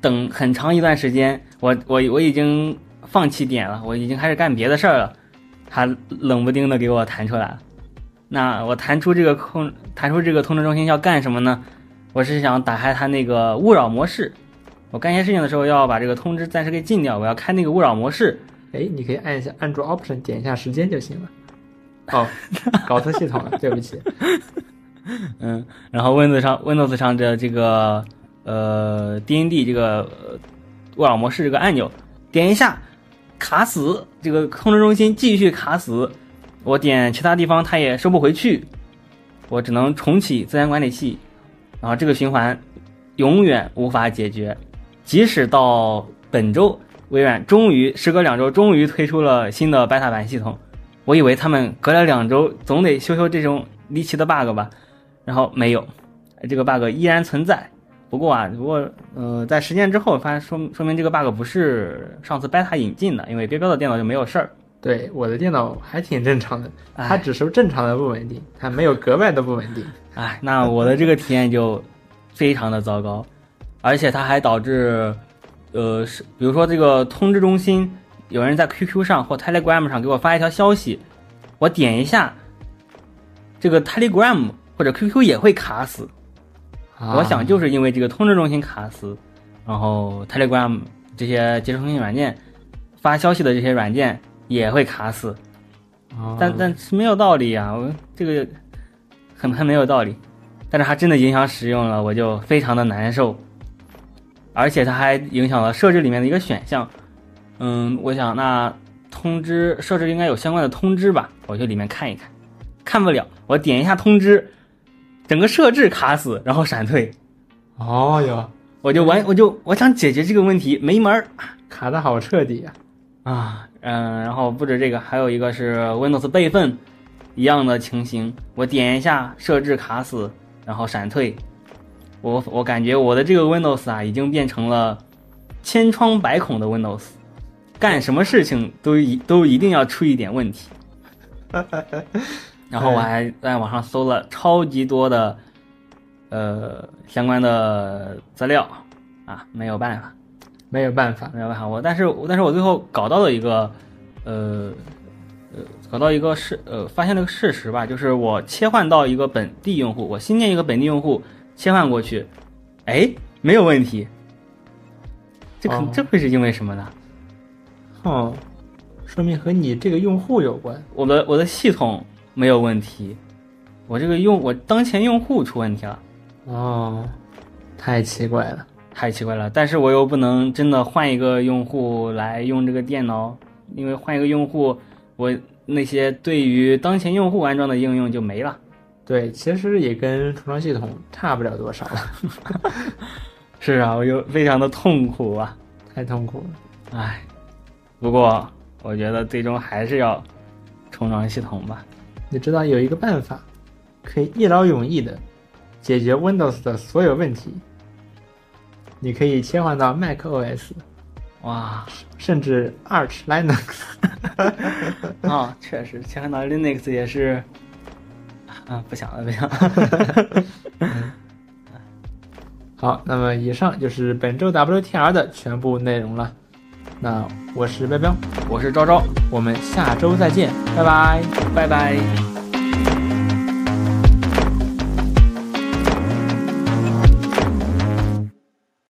Speaker 2: 等很长一段时间，我我我已经放弃点了，我已经开始干别的事儿了，它冷不丁的给我弹出来了。那我弹出这个控，弹出这个通知中心要干什么呢？我是想打开它那个勿扰模式。我干一些事情的时候要把这个通知暂时给禁掉，我要开那个勿扰模式。
Speaker 1: 哎，你可以按一下按住 Option 点一下时间就行了。哦，搞错系统了，对不起。
Speaker 2: 嗯，然后 Windows 上 Windows 上的这个呃 DND 这个呃勿扰模式这个按钮，点一下卡死，这个控制中心继续卡死，我点其他地方它也收不回去，我只能重启资源管理器，然后这个循环永远无法解决，即使到本周。微软终于时隔两周，终于推出了新的 beta 版系统。我以为他们隔了两周总得修修这种离奇的 bug 吧，然后没有，这个 bug 依然存在。不过啊，如果呃在实践之后发现说说明这个 bug 不是上次 beta 引进的，因为标标的电脑就没有事儿。
Speaker 1: 对我的电脑还挺正常的，它
Speaker 2: 哎
Speaker 1: 只是正常的不稳定，它没有格外的不稳定。
Speaker 2: 哎，那我的这个体验就非常的糟糕，而且它还导致，呃，是比如说这个通知中心有人在 QQ 上或 Telegram 上给我发一条消息，我点一下，这个 Telegram 或者 QQ 也会卡死。 我想
Speaker 1: 就
Speaker 2: 就是因为这个通知中心卡死，然后 Telegram 这些即时通信软件发消息的这些软件也会卡死，
Speaker 1: 啊
Speaker 2: 但但是没有道理啊，我这个很很没有道理。但是它真的影响使用了，我就非常的难受，而且它还影响了设置里面的一个选项。嗯，我想那通知设置应该有相关的通知吧，我去里面看一看，看不了，我点一下通知，整个设置卡死，然后闪退，
Speaker 1: 哦哟，
Speaker 2: 我就完，我就我想解决这个问题没门儿
Speaker 1: 卡的好彻底啊！
Speaker 2: 啊，嗯，然后不止这个，还有一个是 Windows 备份一样的情形，我点一下设置卡死，然后闪退，我我感觉我的这个 Windows 啊，已经变成了千疮百孔的 Windows，干什么事情都一都一定要出一点问题。然后我还在网上搜了超级多的，呃，相关的资料啊，没有办法，
Speaker 1: 没有办法，
Speaker 2: 没有办法，我但是我但是我最后搞到了一个，呃，呃，搞到一个事呃，发现了个事实吧，就是我切换到一个本地用户，我新建一个本地用户切换过去，哎，没有问题。这可、
Speaker 1: 哦
Speaker 2: 这会是因为什么呢？
Speaker 1: 哦，说明和你这个用户有关。
Speaker 2: 我的我的系统没有问题，我这个用我当前用户出问题了，
Speaker 1: 哦，太奇怪了。
Speaker 2: 太奇怪了。但是我又不能真的换一个用户来用这个电脑，因为换一个用户，我那些对于当前用户安装的应用就没了。
Speaker 1: 对，其实也跟重装系统差不了 多少，
Speaker 2: 是啊，我就非常的痛苦啊，
Speaker 1: 太痛苦了。
Speaker 2: 唉。不过我觉得最终还是要重装系统吧。
Speaker 1: 你知道有一个办法，可以一劳永逸的解决 Windows 的所有问题。你可以切换到 macOS，
Speaker 2: 哇
Speaker 1: 甚至 Arch Linux。
Speaker 2: 啊，确实，切换到 Linux 也是啊，不想了，不想了。
Speaker 1: 好，那么以上就是本周 WTR 的全部内容了。那我是彪彪，
Speaker 2: 我是昭昭，
Speaker 1: 我们下周再见，拜拜。
Speaker 2: 拜拜。